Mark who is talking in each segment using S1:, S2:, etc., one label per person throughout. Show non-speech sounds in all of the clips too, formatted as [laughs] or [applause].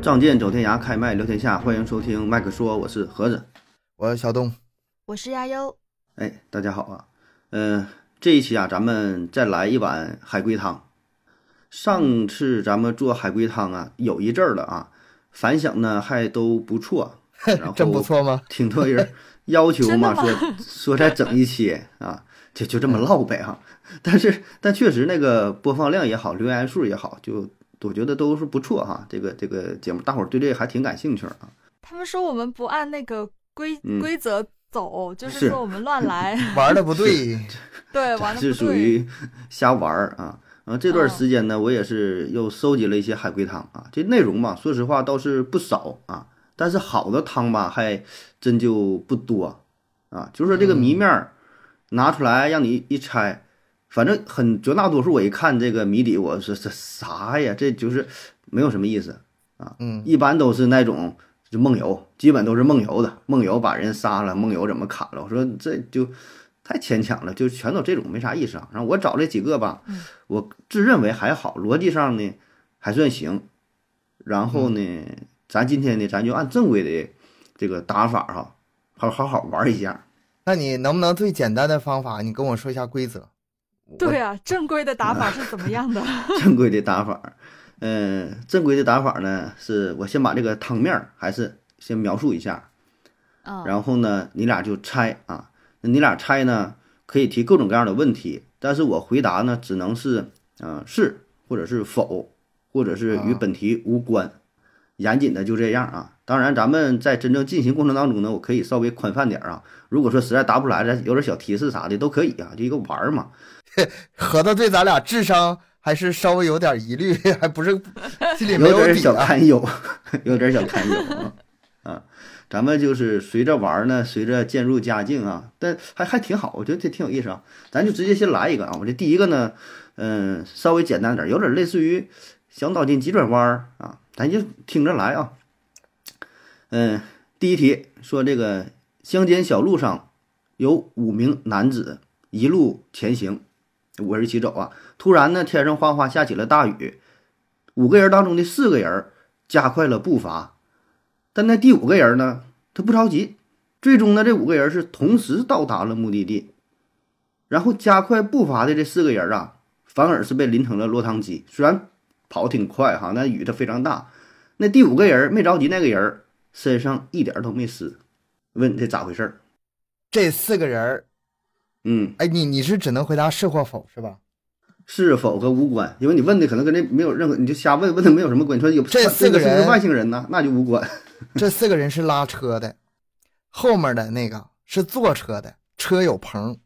S1: 仗剑走天涯，开麦聊天下，欢迎收听麦克说，我是盒子。
S2: 我小东，
S3: 我是亚优，
S1: 哎，大家好啊，嗯、这一期啊，咱们再来一碗海龟汤。上次咱们做海龟汤啊，有一阵儿了啊，反响呢还都不
S2: [laughs]
S1: 错，然后
S2: 真不错吗？
S1: 挺多人要求嘛，
S3: 真的
S1: 说说再整一期啊，就就这么唠呗哈、 [laughs] 但是但确实那个播放量也好，留言数也好，就我觉得都是不错哈、这个这个节目，大伙儿对这个还挺感兴趣儿啊。
S3: 他们说我们不按那个规
S1: 嗯
S3: 规则走，就是是说我们乱
S1: [laughs]
S3: 来，
S2: 玩的不对，
S3: 对，玩的
S1: 是
S3: 不
S1: 属
S3: 对。
S1: 于瞎玩儿啊。然后这段时间呢，我也是又收集了一些海龟汤啊，这内容嘛，说实话倒是不少啊，但是好的汤吧，还真就不多啊。就是说这个谜面儿拿出来让你一猜，反正很绝大多数我一看这个谜底，我说这啥呀？这就是没有什么意思。啊
S2: 嗯，
S1: 一般都是那种就梦游，基本都是梦游的，梦游把人杀了，梦游怎么砍了？我说这就太牵强了，就全都这种没啥意思啊。然后我找这几个吧，我自认为还好，逻辑上呢还算行。然后呢，咱今天呢，咱就按正规的这个打法哈，好好好玩一下。
S2: [laughs] 那你能不能最简单的方法，你跟我说一下规则？
S3: 对啊，正规的打法是怎么
S1: [laughs]
S3: 样的？
S1: 正规的打法，嗯、正规的打法呢，是我先把这个汤面儿还是先描述一下，
S3: 嗯，
S1: 然后呢，你俩就猜啊。那你俩猜呢，可以提各种各样的问题，但是我回答呢，只能是呃是或者是否，或者是与
S2: 啊
S1: 本题无关。严谨的就这样啊。当然，咱们在真正进行过程当中呢，我可以稍微宽泛点儿啊。如果说实在答不出来，咱有点小提示啥的都可以啊，就一个玩儿嘛。
S2: 合子对咱俩智商还是稍微有点疑虑，还不是心里没
S1: 点
S2: 底
S1: 小
S2: 啊。
S1: 堪忧， [laughs] 有点小堪忧啊。啊，咱们就是随着玩儿呢，随着渐入佳境啊，但还还挺好，我觉得这挺有意思啊。咱就直接先来一个啊，我这第一个呢，嗯、稍微简单点儿，有点类似于小脑筋急转弯儿啊，咱就听着来啊。嗯、第一题说这个乡间小路上有五名男子一路前行，五人一起走啊。突然呢，天上哗哗下起了大雨，五个人当中的四个人加快了步伐，但那第五个人呢，他不着急。最终呢，这五个人是同时到达了目的地，然后加快步伐的这四个人啊，反而是被淋成了落汤鸡。虽然跑挺快哈，那雨它非常大，那第五个人没着急，那个人身上一点都没湿。问这咋回事儿？
S2: 这四个人儿，
S1: 嗯，
S2: 哎，你你是只能回答是或否是吧？
S1: 是否和无关？因为你问的可能跟这没有任何，你就瞎问，问的没有什么关系。说有
S2: 这四
S1: 个
S2: 个
S1: 是不是
S2: 人
S1: 外星人呢？那就无关。
S2: 这四个人是拉车的，后面的那个是坐车的，车有棚，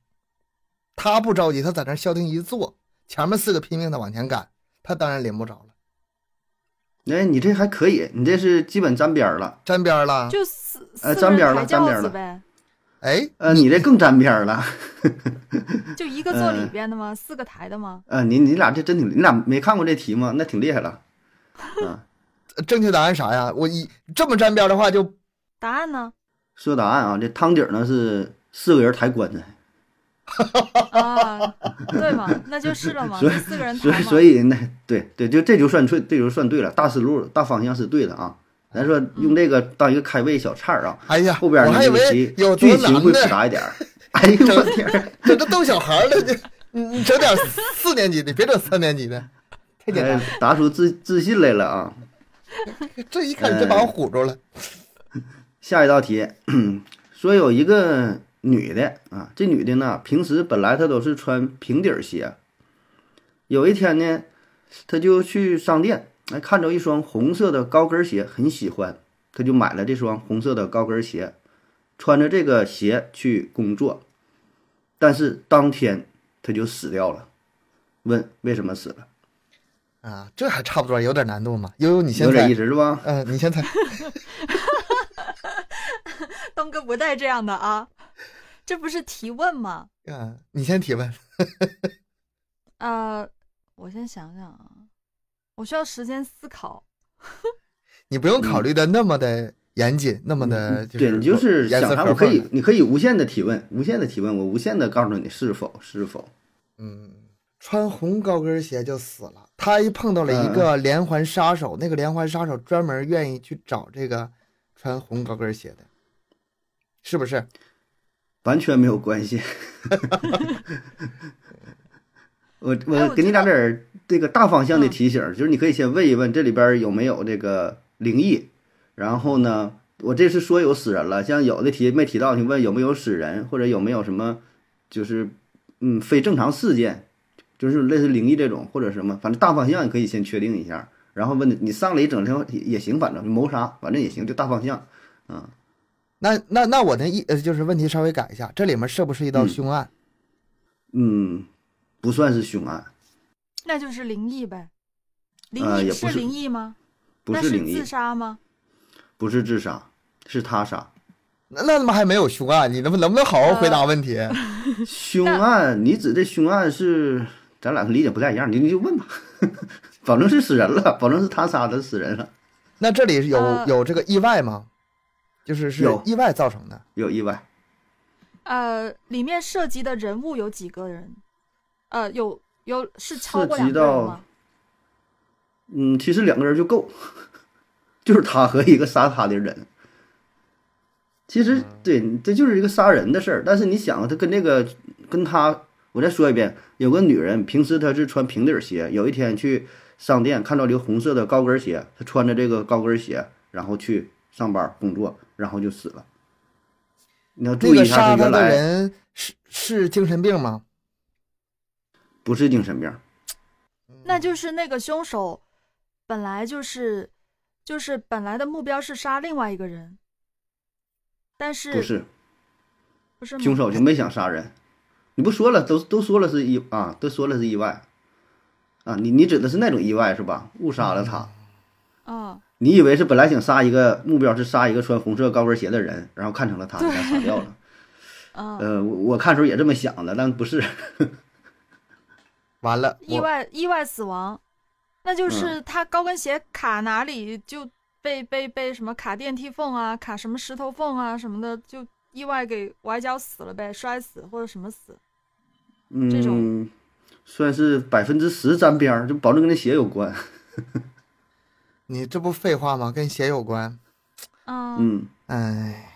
S2: 他不着急，他在那儿消停一坐，前面四个拼命的往前赶，他当然淋不着了，
S1: 哎，你这还可以，你这是基本沾边儿了。
S2: 沾边儿了。
S3: 就四
S1: 哎
S3: 四
S1: 沾
S3: 个
S1: 边
S3: 人
S1: 了
S3: 抬
S1: 沾边了
S3: 轿子呗，
S2: 哎，
S1: 呃，你这更沾边儿了。 [laughs]
S3: 就一个坐
S1: 嗯
S3: 里边的吗？四个抬的吗？
S1: 呃，你你俩这真挺，你俩没看过这题吗？那挺厉害了。啊
S2: 正确答案啥呀？我一这么沾边的话就，
S3: 答
S1: [laughs]
S3: 案呢？
S1: 说答案啊，这汤底儿呢是四个人抬棺材，
S3: 啊，对嘛，那就是了嘛，
S1: 所
S3: 就
S1: 以
S3: 四个人抬
S1: 所以
S3: 嘛
S1: 所。以那对对，就这就算对，这就算对了，大思路大方向是对的啊。咱说用这个当一个开胃小菜儿啊，
S2: 哎呀，
S1: 后边儿
S2: 我
S1: 呢
S2: 还以
S1: 这个
S2: 为
S1: 题
S2: 有多
S1: 剧情
S2: 难
S1: 会复
S2: 呢，
S1: 杂一点
S2: [laughs]
S1: 儿。哎呦我天儿！
S2: 这这逗小孩儿的，你你整点四年级的，别整三年级的， [laughs] 太简单了。
S1: 哎答出自自信来了啊！
S2: 这一看就
S1: 哎
S2: 把我唬住了。
S1: 下一道题， [clears throat] 说有一个女的啊，这女的呢，平时本来她都是穿平底儿鞋，有一天呢，她就去商店，哎，看着一双红色的高跟鞋，很喜欢，她就买了这双红色的高跟鞋，穿着这个鞋去工作，但是当天她就死掉了。问为什么死了？
S2: 啊，这还差不多，有点难度嘛。悠悠，你先
S1: 有点意
S2: 猜。
S1: 思是吧？
S2: 嗯、你先猜。
S3: 东哥不带这样的啊，这不是提问吗？
S2: 嗯、你先提问。
S3: 呃，我先想想啊，我需要时间思考。
S2: 你不用考虑的那么的严谨，那么的就是
S1: 嗯对你就是
S2: 严
S1: 想
S2: 丝
S1: 啥，
S2: 合
S1: 我可以
S2: 缝，
S1: 你可以无限的提问，无限的提问，我无限的告诉你是否是否。
S2: 嗯，穿红高跟鞋就死了。他一碰到了
S1: 嗯
S2: 一个连环杀手，那个连环杀手专门愿意去找这个穿红高跟鞋的，是不是？
S1: 完全没有关
S3: [laughs]
S1: 系。我
S3: 哎
S1: 我
S3: 我
S1: 给你
S3: 知
S1: 俩
S3: 道
S1: 点儿这个大方向的
S3: 嗯
S1: 提醒儿，就是你可以先问一问这里边儿有没有这个灵异，然后呢，我这次说有死人了，像有的提没提到，你问有没有死人，或者有没有什么就是嗯非正常事件，就是类似灵异这种或者什么，反正大方向你可以先确定一下，然后问你你上来一整条也也行，反正谋杀反正也行，就大方向，嗯，
S2: 那那那我的意呃就是问题稍微改一下，这里面涉不涉及到
S1: 嗯
S2: 凶案？
S1: 嗯，不算是凶案，
S3: 那就是灵异呗。灵
S1: 呃
S3: 异
S1: 也不是
S3: 灵异吗？
S1: 不
S3: 那
S1: 是灵异
S3: 自，杀吗？
S1: 不是自杀，是他杀。
S2: 那那他妈还没有凶案，你能不能不能好好回
S3: 呃
S2: 答问题？
S1: 凶案，你指的凶案是咱俩理解不太一样，你你就问吧， [laughs] 保证是死人了，保证是他杀的死人了，
S2: 那这里有、
S3: 呃
S2: 有这个意外吗？就是是
S1: 有
S2: 意外造成的。
S1: 有意外，
S3: 呃，里面涉及的人物有几个人？呃，有有是超
S1: 涉
S3: 过
S1: 及
S3: 两个人
S1: 到
S3: 吗？
S1: 嗯，其实两个人就够， [laughs] 就是他和一个杀他的人。其实对，这就是一个杀人的事儿，但是你想啊，他跟这个跟他，我再说一遍，有个女人平时她是穿平底儿鞋，有一天去商店看到了一个红色的高跟鞋，她穿着这个高跟鞋，然后去上班工作，然后就死了。你要
S2: 那
S1: 注意
S2: 个
S1: 一下，她
S2: 杀他
S1: 原
S2: 的
S1: 来
S2: 人是是精神病吗？
S1: 不是精神病，
S3: 那就是那个凶手本来就是就是本来的目标是杀另外一个人，但是
S1: 不是
S3: 不是吗
S1: 凶手就没想杀人。你不说了，都都说了是意啊，都说了是意外啊。你你指的是那种意外是吧？误杀了他。
S3: 嗯，
S1: 你以为是本来想杀一个目标是杀一个穿红色高跟鞋的人，然后看成了他，给他杀掉了。
S3: [laughs] 嗯
S1: 呃，我我看时候也这么想的，但不是。
S2: 完了，
S3: 意
S2: 我
S3: 外意外死亡，那就是
S1: 嗯
S3: 他高跟鞋卡哪里就被被被什么卡电梯缝啊，卡什么石头缝啊什么的，就意外给崴脚死了呗，摔死或者什么死。这
S1: 嗯
S3: 种，
S1: 算是百分之十沾边儿，就保证跟那鞋有关。
S2: 你这不废话吗？跟鞋有关。
S3: 嗯，
S1: 嗯，
S2: 哎，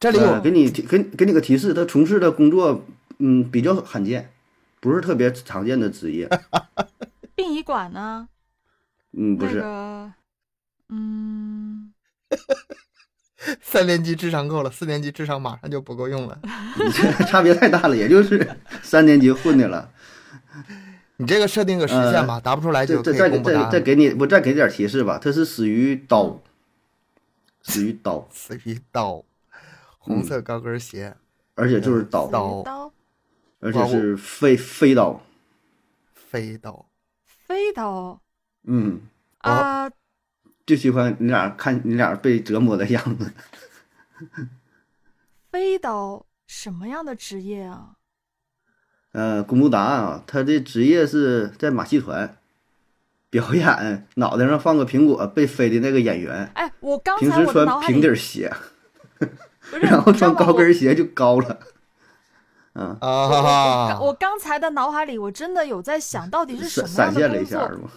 S2: 这里
S1: 呃，
S2: 有
S1: 给你提给你给你个提示，他从事的工作嗯比较罕见，不是特别常见的职业。
S3: 殡仪馆呢？
S1: 嗯，不
S3: 那
S1: 是。
S3: 个，嗯，
S2: [laughs] 三年级智商够了，四年级智商马上就不够用了。
S1: 你这差别太大了，也就是三年级混的了。
S2: 你这个设定个时限吧，答不出来
S1: 这
S2: 就
S1: 嗯这
S2: 可以
S1: 再
S2: 公布答
S1: 再再
S2: 案。
S1: 给你，我再给点提示吧，他是死于刀，死于刀，
S2: 死于刀，红色高跟鞋，
S1: 而且就是刀，
S2: 刀
S3: 刀
S1: 而且是飞飞刀。
S2: 飞刀。
S3: 飞刀
S1: 嗯，
S3: 啊，
S1: 就喜欢你俩看你俩被折磨的样子。
S3: 飞刀什么样的职业啊？
S1: 呃，公布答案啊，他的职业是在马戏团表演，脑袋上放个苹果被飞的那个演员，
S3: 哎，我刚
S1: 平
S3: 才
S1: 时
S3: 我的
S1: 穿
S3: 脑海
S1: 平底
S3: 里
S1: 儿鞋，
S3: 不是，
S1: 然后
S3: 你知
S1: 穿
S3: 道吗
S1: 高
S3: 我
S1: 跟鞋就高了。嗯，
S2: 啊，
S3: 我刚才的脑海里，我真的有在想到底是什
S1: 闪
S3: 么
S1: 闪现
S3: 样的
S1: 了
S3: 工
S1: 一下
S3: 作
S1: 是。吧？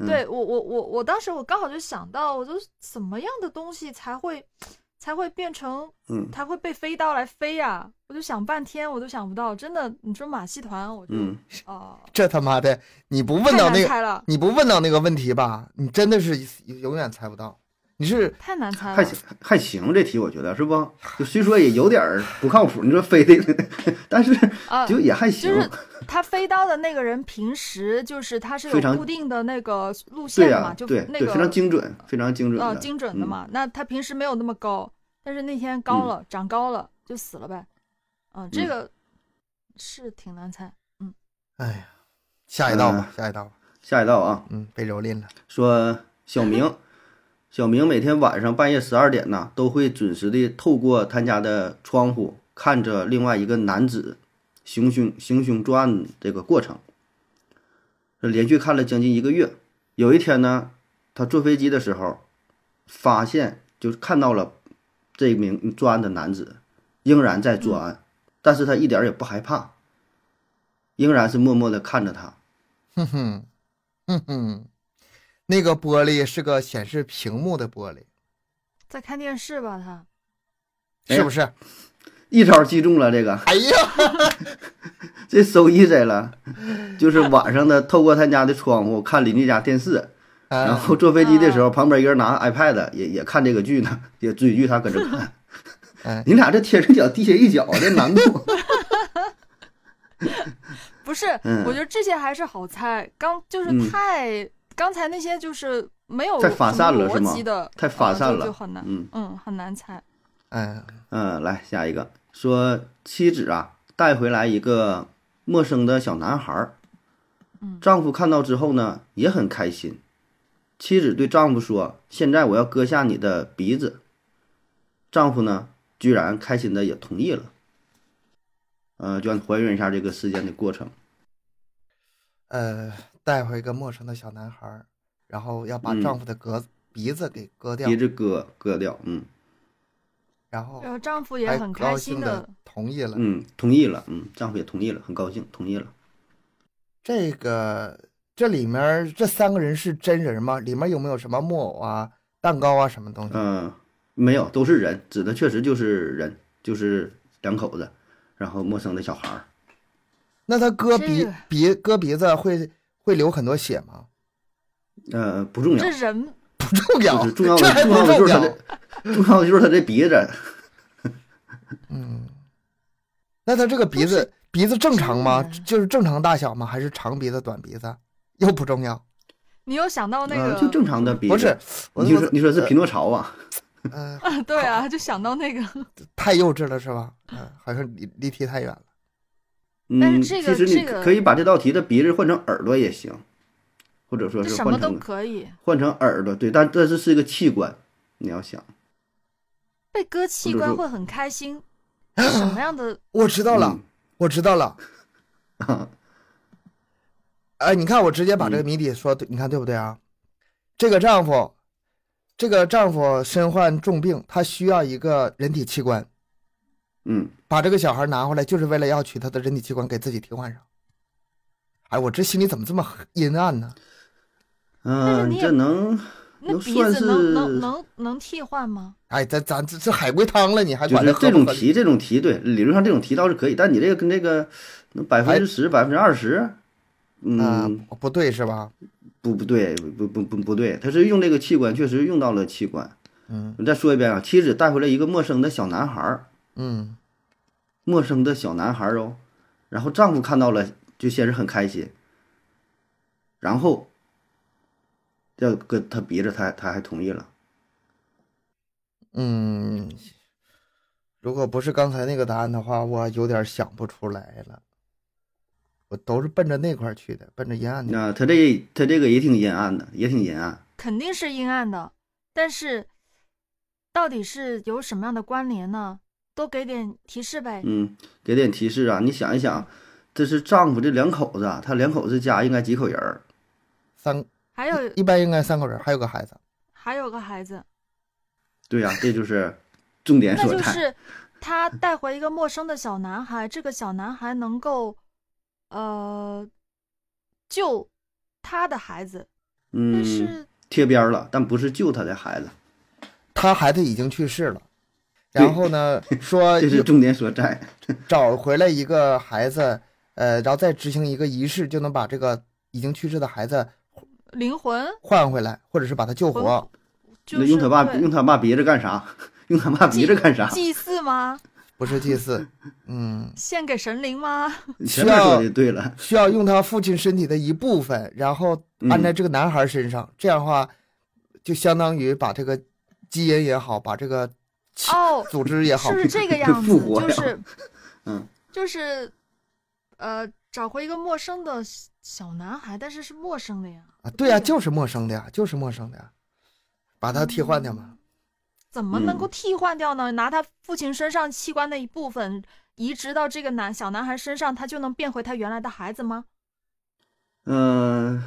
S1: 嗯
S3: 对我，我，我，我当时我刚好就想到，我就什么样的东西才会才会变成，
S1: 嗯
S3: 才会被飞刀来飞呀、我就想半天，我都想不到。真的，你说马戏团，我就
S1: 嗯。
S3: 哦、
S2: 这他妈的，你不问
S3: 太
S2: 到
S3: 难
S2: 那个，
S3: 猜了，
S2: 你不问到那个问题吧，你真的是永远猜不到。你是
S3: 太难猜
S1: 还
S3: 了。
S1: 行，还行，这题我觉得是不？就虽说也有点儿不靠谱，你说非得， [laughs] 但是
S3: 啊，
S1: 就也还行。
S3: 就是他飞刀的那个人，平时就是他是
S1: 非
S3: 有
S1: 常
S3: 固定的那个
S1: 对
S3: 路线
S1: 呀、
S3: 嘛，就
S1: 对
S3: 那
S1: 对，
S3: 个
S1: 非常精准，非常精准的，
S3: 呃精准的
S1: 嗯。
S3: 嘛。那他平时没有那么高，但是那天高了，长高了就死了呗。嗯、这个是挺难猜。
S2: 哎呀，下一道吧，
S1: 嗯
S2: 下一道吧。
S1: 下一道啊，
S2: 嗯，被蹂躏了。 [laughs]
S1: 说小明，小明每天晚上半夜十二点呢，都会准时的透过他家的窗户，看着另外一个男子行凶行凶作案这个过程。连续看了将近一个月，有一天呢，他坐飞机的时候，发现就看到了这名作案的男子，仍然在作案，但是他一点儿也不害怕。仍然是默默地看着他。
S2: 哼嗯哼，哼哼，那个玻璃是个显示屏幕的玻璃，
S3: 在看电视吧？他
S1: 哎
S2: 是不是？
S1: 一招击中了这个，
S2: 哎呀，
S1: 这收益谁了？就是晚上呢，透过他家的窗户看邻居家电视，然
S2: 啊
S1: 后坐飞机的时候，旁边一个人拿 iPad 也也看这个剧呢，也追剧，他跟着看。
S2: 哎
S1: [laughs] 你俩这天上一脚地下一脚，这难度。
S3: 不是，
S1: 嗯
S3: 我觉得这些还是好猜，刚就是
S1: 嗯
S3: 太、刚才那些就是没有
S1: 太发
S3: 什么
S1: 散了是
S3: 逻
S1: 吗
S3: 辑的，
S1: 太发
S3: 啊
S1: 散
S3: 就
S1: 了
S3: 就很难，
S1: 嗯
S3: 嗯，很难猜。
S2: 嗯，
S1: 嗯，来下一个，说妻子啊带回来一个陌生的小男孩儿
S3: 嗯，
S1: 丈夫看到之后呢也很开心。妻子对丈夫说：“现在我要割下你的鼻子。”丈夫呢居然开心的也同意了。呃，就让你还原一下这个事件的过程。
S2: 呃，带回一个陌生的小男孩儿，然后要把
S1: 嗯
S2: 丈夫的格鼻子给割掉
S1: 鼻，子割割掉，嗯
S2: 然
S1: 哦
S2: 后
S3: 然后丈夫也
S2: 还
S3: 很
S2: 高
S3: 开
S2: 兴
S3: 心
S2: 的
S3: 的，
S2: 同意了。
S1: 嗯，同意了，嗯，丈夫也同意了，很高兴，同意了。
S2: 这个这里面儿这三个人是真人吗？里面有没有什么木偶啊、蛋糕啊什么东西？
S1: 嗯，没有，都是人，指的确实就是人，就是两口子，然后陌生的小孩儿，
S2: 那他割鼻
S3: 这
S2: 鼻割鼻子会会流很多血吗？
S1: 呃，不重要
S3: 这，人
S2: 不 [laughs] 重要，
S1: 就是重要
S2: 这
S1: 的
S2: 还
S1: 重
S2: 不
S1: 要的就
S2: 重
S1: 是他
S2: 要
S1: 的。，重要的就是他这鼻子，
S2: 嗯，那他这个鼻子鼻子正常吗
S3: 真的？
S2: 就是正常大小吗？还是长鼻子、短鼻子？又不重要。
S3: 你又想到那个，
S1: 呃，就正常的鼻子，
S2: 不是，我
S1: 你说你说是匹
S2: 平
S1: 诺曹啊？
S2: 呃
S3: 啊，对啊，就想到
S1: [laughs]
S3: 那个，
S2: 太幼稚了是吧？嗯、好像离离题太远了。
S3: 但是
S1: 嗯，
S3: 这个
S1: 其实你
S3: 这个
S1: 可以把这道题的鼻子换成耳朵也行，或者说
S3: 这
S1: 是
S3: 什
S1: 换
S3: 么都
S1: 成
S3: 可以，
S1: 换成耳朵，对，但这是是一个器官，你要想，
S3: 被割器
S1: 或者
S3: 官
S1: 说
S3: 会很
S1: [laughs]
S3: 开心，是什么样的？
S2: 我知道了，我知
S1: [laughs]
S2: 道了。
S1: 嗯
S2: 哎，你看我直接把这个谜底说对，你看对不对啊？这个丈夫，这个丈夫身患重病，他需要一个人体器官，
S1: 嗯，
S2: 把这个小孩拿回来就是为了要取他的人体器官给自己替换上。哎，我这心里怎么这么阴暗呢？
S3: 但是
S1: 嗯，
S3: 你
S1: 你
S3: 也
S1: 这能
S3: 那
S1: 能
S3: 鼻
S1: 算
S3: 子能能
S1: 是
S3: 能能替换吗？
S2: 哎，咱咱这这海龟汤了，你还
S1: 就
S2: 管
S1: 是
S2: 它
S1: 这
S2: 合不
S1: 种
S2: 合理？
S1: 题，这种题，对，理论上这种题倒是可以，但你这个跟这个百分之十、百分之二十，
S2: 啊、
S1: 嗯，
S2: 不不对是吧？
S1: 不不对，不不不不对，他是用这个器官，确实用到了器官。
S2: 嗯
S1: 我再说一遍啊，妻子带回来一个陌生的小男孩儿，
S2: 嗯
S1: 陌生的小男孩儿哦，然后丈夫看到了，就先是很开心，然后要跟他鼻子，他他还同意了。
S2: 嗯，如果不是刚才那个答案的话，我有点想不出来了。我都是奔着那块儿去的，奔着阴暗的。
S1: 那他这他这个也挺阴暗的，也挺阴暗。
S3: 肯定是阴暗的，但是到底是有什么样的关联呢？多给点提示呗。
S1: 嗯，给点提示啊！你想一想，这是丈夫这两口子啊，他两口子家应该几口人儿？
S2: 三
S3: 还有
S2: 一般应该三口人，还有个孩子。
S3: 还有个孩子，
S1: 对呀、这就是重点
S3: 那
S1: 所
S3: 就
S1: 在。
S3: 是他带回一个陌生的小男孩，这个小男孩能够呃救他的孩子，但
S1: 嗯，
S3: 是
S1: 贴边儿了，但不是救他的孩子，
S2: 他孩子已经去世了。
S1: 对
S2: 然
S1: [laughs]
S2: 后呢，说
S1: 这是重点所在。
S2: 找回来一个孩子，呃，然后再执行一个仪式，就能把这个已经去世的孩子
S3: 灵魂
S2: 换回来，或者是把他救活。
S3: 就
S1: 那
S3: 是
S1: 用他爸
S3: 对
S1: 用他爸鼻子干啥？ [laughs] 用他爸鼻子干啥？
S3: 祭祀吗？
S2: 不是祭祀，嗯，
S3: 献给神灵吗？
S1: 你前面说的对了，
S2: 需要用他父亲身体的一部分，然后按在
S1: 嗯
S2: 这个男孩身上，这样的话，就相当于把这个基因也好，把这个器
S3: 哦，
S2: 组织也好
S3: 是不，是这个样子
S1: 复？活
S3: 就
S1: 呀
S3: 是，
S1: [laughs] 嗯，
S3: 就是，呃，找回一个陌生的小小男孩，但是是陌生的呀，
S2: 啊对呀、
S3: 这个
S2: 就是陌生的呀、就是陌生的呀、把他替换掉嘛。
S3: 怎么能够替换掉呢？拿他父亲身上器官的一部分移植到这个男小男孩身上，他就能变回他原来的孩子
S1: [laughs]
S3: 吗？
S1: 嗯、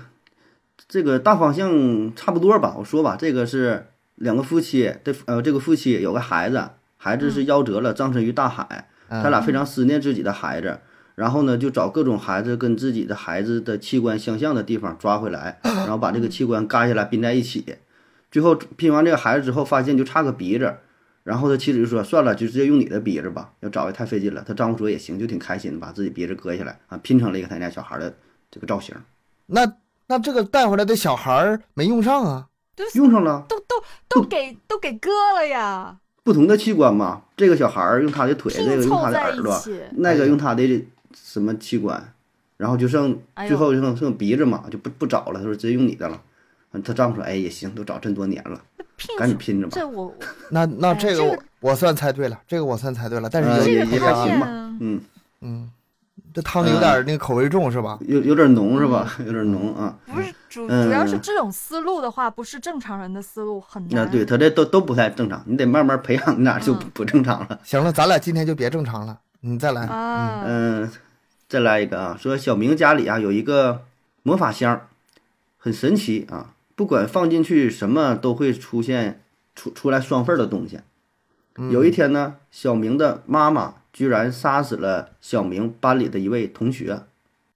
S1: 这个大方向差不多吧。我说吧，这个是两个夫妻，这呃这个夫
S3: 嗯
S1: 妻有个孩子，孩子是夭折了，葬身于大海。
S2: 嗯
S1: 他俩非常思念自己的孩子，然后呢，就找各种孩子跟自己的孩子的器官相像的地方抓回来，然后把这个器官嘎下来拼在一起，最后拼完这个孩子之后，发现就差个鼻子，然后他妻子就说算了，就直接用你的鼻子吧，要找也太费劲了。他丈夫说也行，就挺开心的，把自己鼻子割下来啊，拼成了一个他家小孩的这个造型，
S2: 那那这个带回来的小孩儿没用上啊，
S1: 用上了
S3: 都都都给都给割了呀，
S1: 不同的器官嘛，这个小孩儿用他的腿，这
S3: 拼
S1: 个用
S3: 凑
S1: 他的
S3: 在
S1: 耳
S3: 一
S1: 朵，
S3: 起，
S1: 那个用他的什么器官，然后就剩
S3: 哎呦
S1: 最后就剩剩鼻子嘛，就不不找了。他说直接用你的了。嗯她丈夫说：“哎，也行，都找这么多年了，
S3: 拼
S1: 赶紧拼着吧。
S3: 哎这我
S2: 那那
S3: 哎
S2: 这个
S3: 这
S2: 我、
S3: 个
S2: 我算猜对了，这个我算猜对了，但是
S1: 呃
S2: 有
S3: 这
S1: 也
S3: 个
S2: 点
S1: 也
S2: 地
S3: 太
S1: 还
S2: 方
S1: 行
S3: 骗
S1: 吧
S3: 了。
S1: 嗯，
S2: 嗯，这汤有点那个口味重是吧？
S1: 有有点浓是吧？
S3: 嗯
S1: [laughs] 有点浓啊。
S3: 不是主
S1: 嗯
S3: 主要是这种思路的话，不是正常人的思路，很
S1: 那
S3: 难。
S1: 对他这都都不太正常，你得慢慢培养，你俩
S3: 嗯
S1: 就不不正常了。
S2: 行了，咱俩今天就别正常了，你再来。
S3: 啊，
S1: 嗯、再来一个啊，说小明家里啊有一个魔法箱，很神奇啊，不管放进去什么都会出现出出来双份儿的东西。有一天呢，小明的妈妈居然杀死了小明班里的一位同学，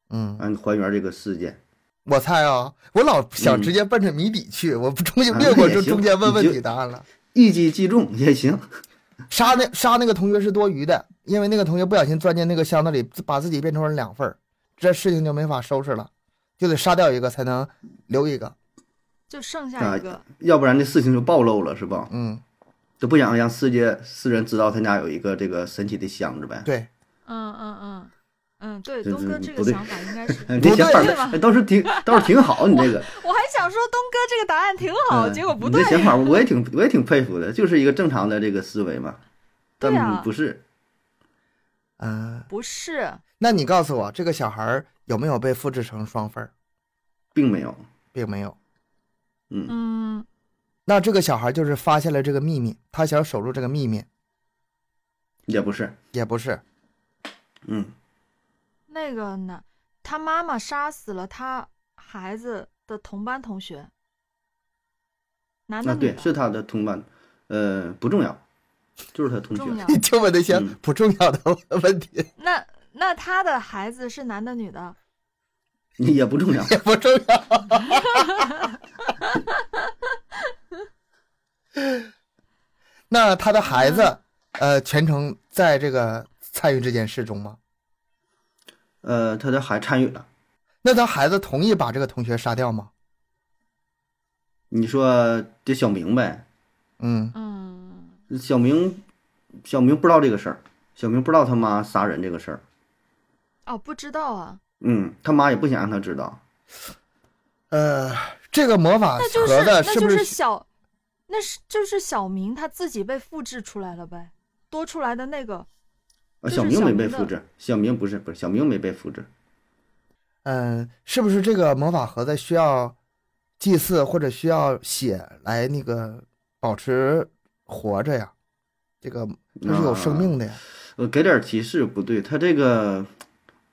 S2: 嗯，
S1: 嗯，还原这个事件。
S2: 我猜啊，我老想
S1: 嗯
S2: 直接奔着谜底去，我不中间
S1: 啊
S2: 略过
S1: 那也
S2: 这
S1: 行
S2: 中间问
S1: 你
S2: 问
S1: 就
S2: 题答案了。
S1: 一击即中也行， [laughs]
S2: 杀那杀那个同学是多余的，因为那个同学不小心钻进那个箱子里，自把自己变成了两份儿，这事情就没法收拾了，就得杀掉一个才能留一个。
S3: 就剩下一个，
S1: 要不然这事情就暴露了，是吧？
S2: 嗯，
S1: 都不想让世界世人知道他家有一个这个神奇的箱子呗。
S2: 对，
S3: 嗯嗯嗯嗯，对，
S1: 这
S3: 东
S1: 这
S3: 哥这
S1: 不
S3: 个
S1: 对 [laughs]
S3: 想法应该是， [laughs]
S1: 哎，这
S2: 不
S1: 想法
S3: 对吧
S1: 儿倒是挺倒是挺好，你这个，
S3: 我还想说东哥这个答案挺好，
S1: 嗯
S3: 哦结果不
S1: 你
S3: 对
S1: 这，想法我也挺我也挺佩服的，就是一个正常的这个思维嘛，但
S3: 对啊
S1: 不是，
S2: 嗯、
S3: 不是，
S2: 那你告诉我，这个小孩儿有没有被复制成双份儿？
S1: 并没有，
S2: 并没有。
S1: 嗯，
S3: 嗯，
S2: 那这个小孩就是发现了这个秘密，他想守住这个秘密，
S1: 也不是，
S2: 也不是。
S3: 啊
S1: 嗯，
S3: 那个呢，他妈妈杀死了他孩子的同班同学，男的
S1: 那
S3: 女
S1: 啊对，是
S3: 的，
S1: 他的同伴，呃，不重要，就是他同学， [laughs]
S3: 重要。
S2: 你 [laughs] 就问那些
S1: 嗯
S2: 不重要的问题，
S3: 那那他的孩子是男的女的？
S1: 也不重要，
S2: 也不重要。 [laughs] 那他的孩子，呃，全程在这个参与这件事中吗？
S1: 呃，他的还参与了。
S2: 那他孩子同意把这个同学杀掉吗？
S1: 你说这小明呗，
S2: 嗯，
S3: 嗯，
S1: 小明，小明不知道这个事儿，小明不知道他妈杀人这个事儿，
S3: 哦，不知道啊，
S1: 嗯，他妈也不想让他知道，
S2: 呃，这个魔法
S3: 那就是
S2: 啊盒子
S3: 那
S2: 不
S3: 就是
S2: 是？
S3: 小，那是就是小明他自己被复制出来了呗，多出来的那个
S1: 啊，
S3: 就是
S1: 小明没被
S3: 小明的
S1: 复制，小明不是不是小明没被复制，
S2: 嗯、是不是这个魔法盒子需要祭祀或者需要血来那个保持活着呀？这个它是有生命的呀。
S1: 呃，给点提示不对，他这个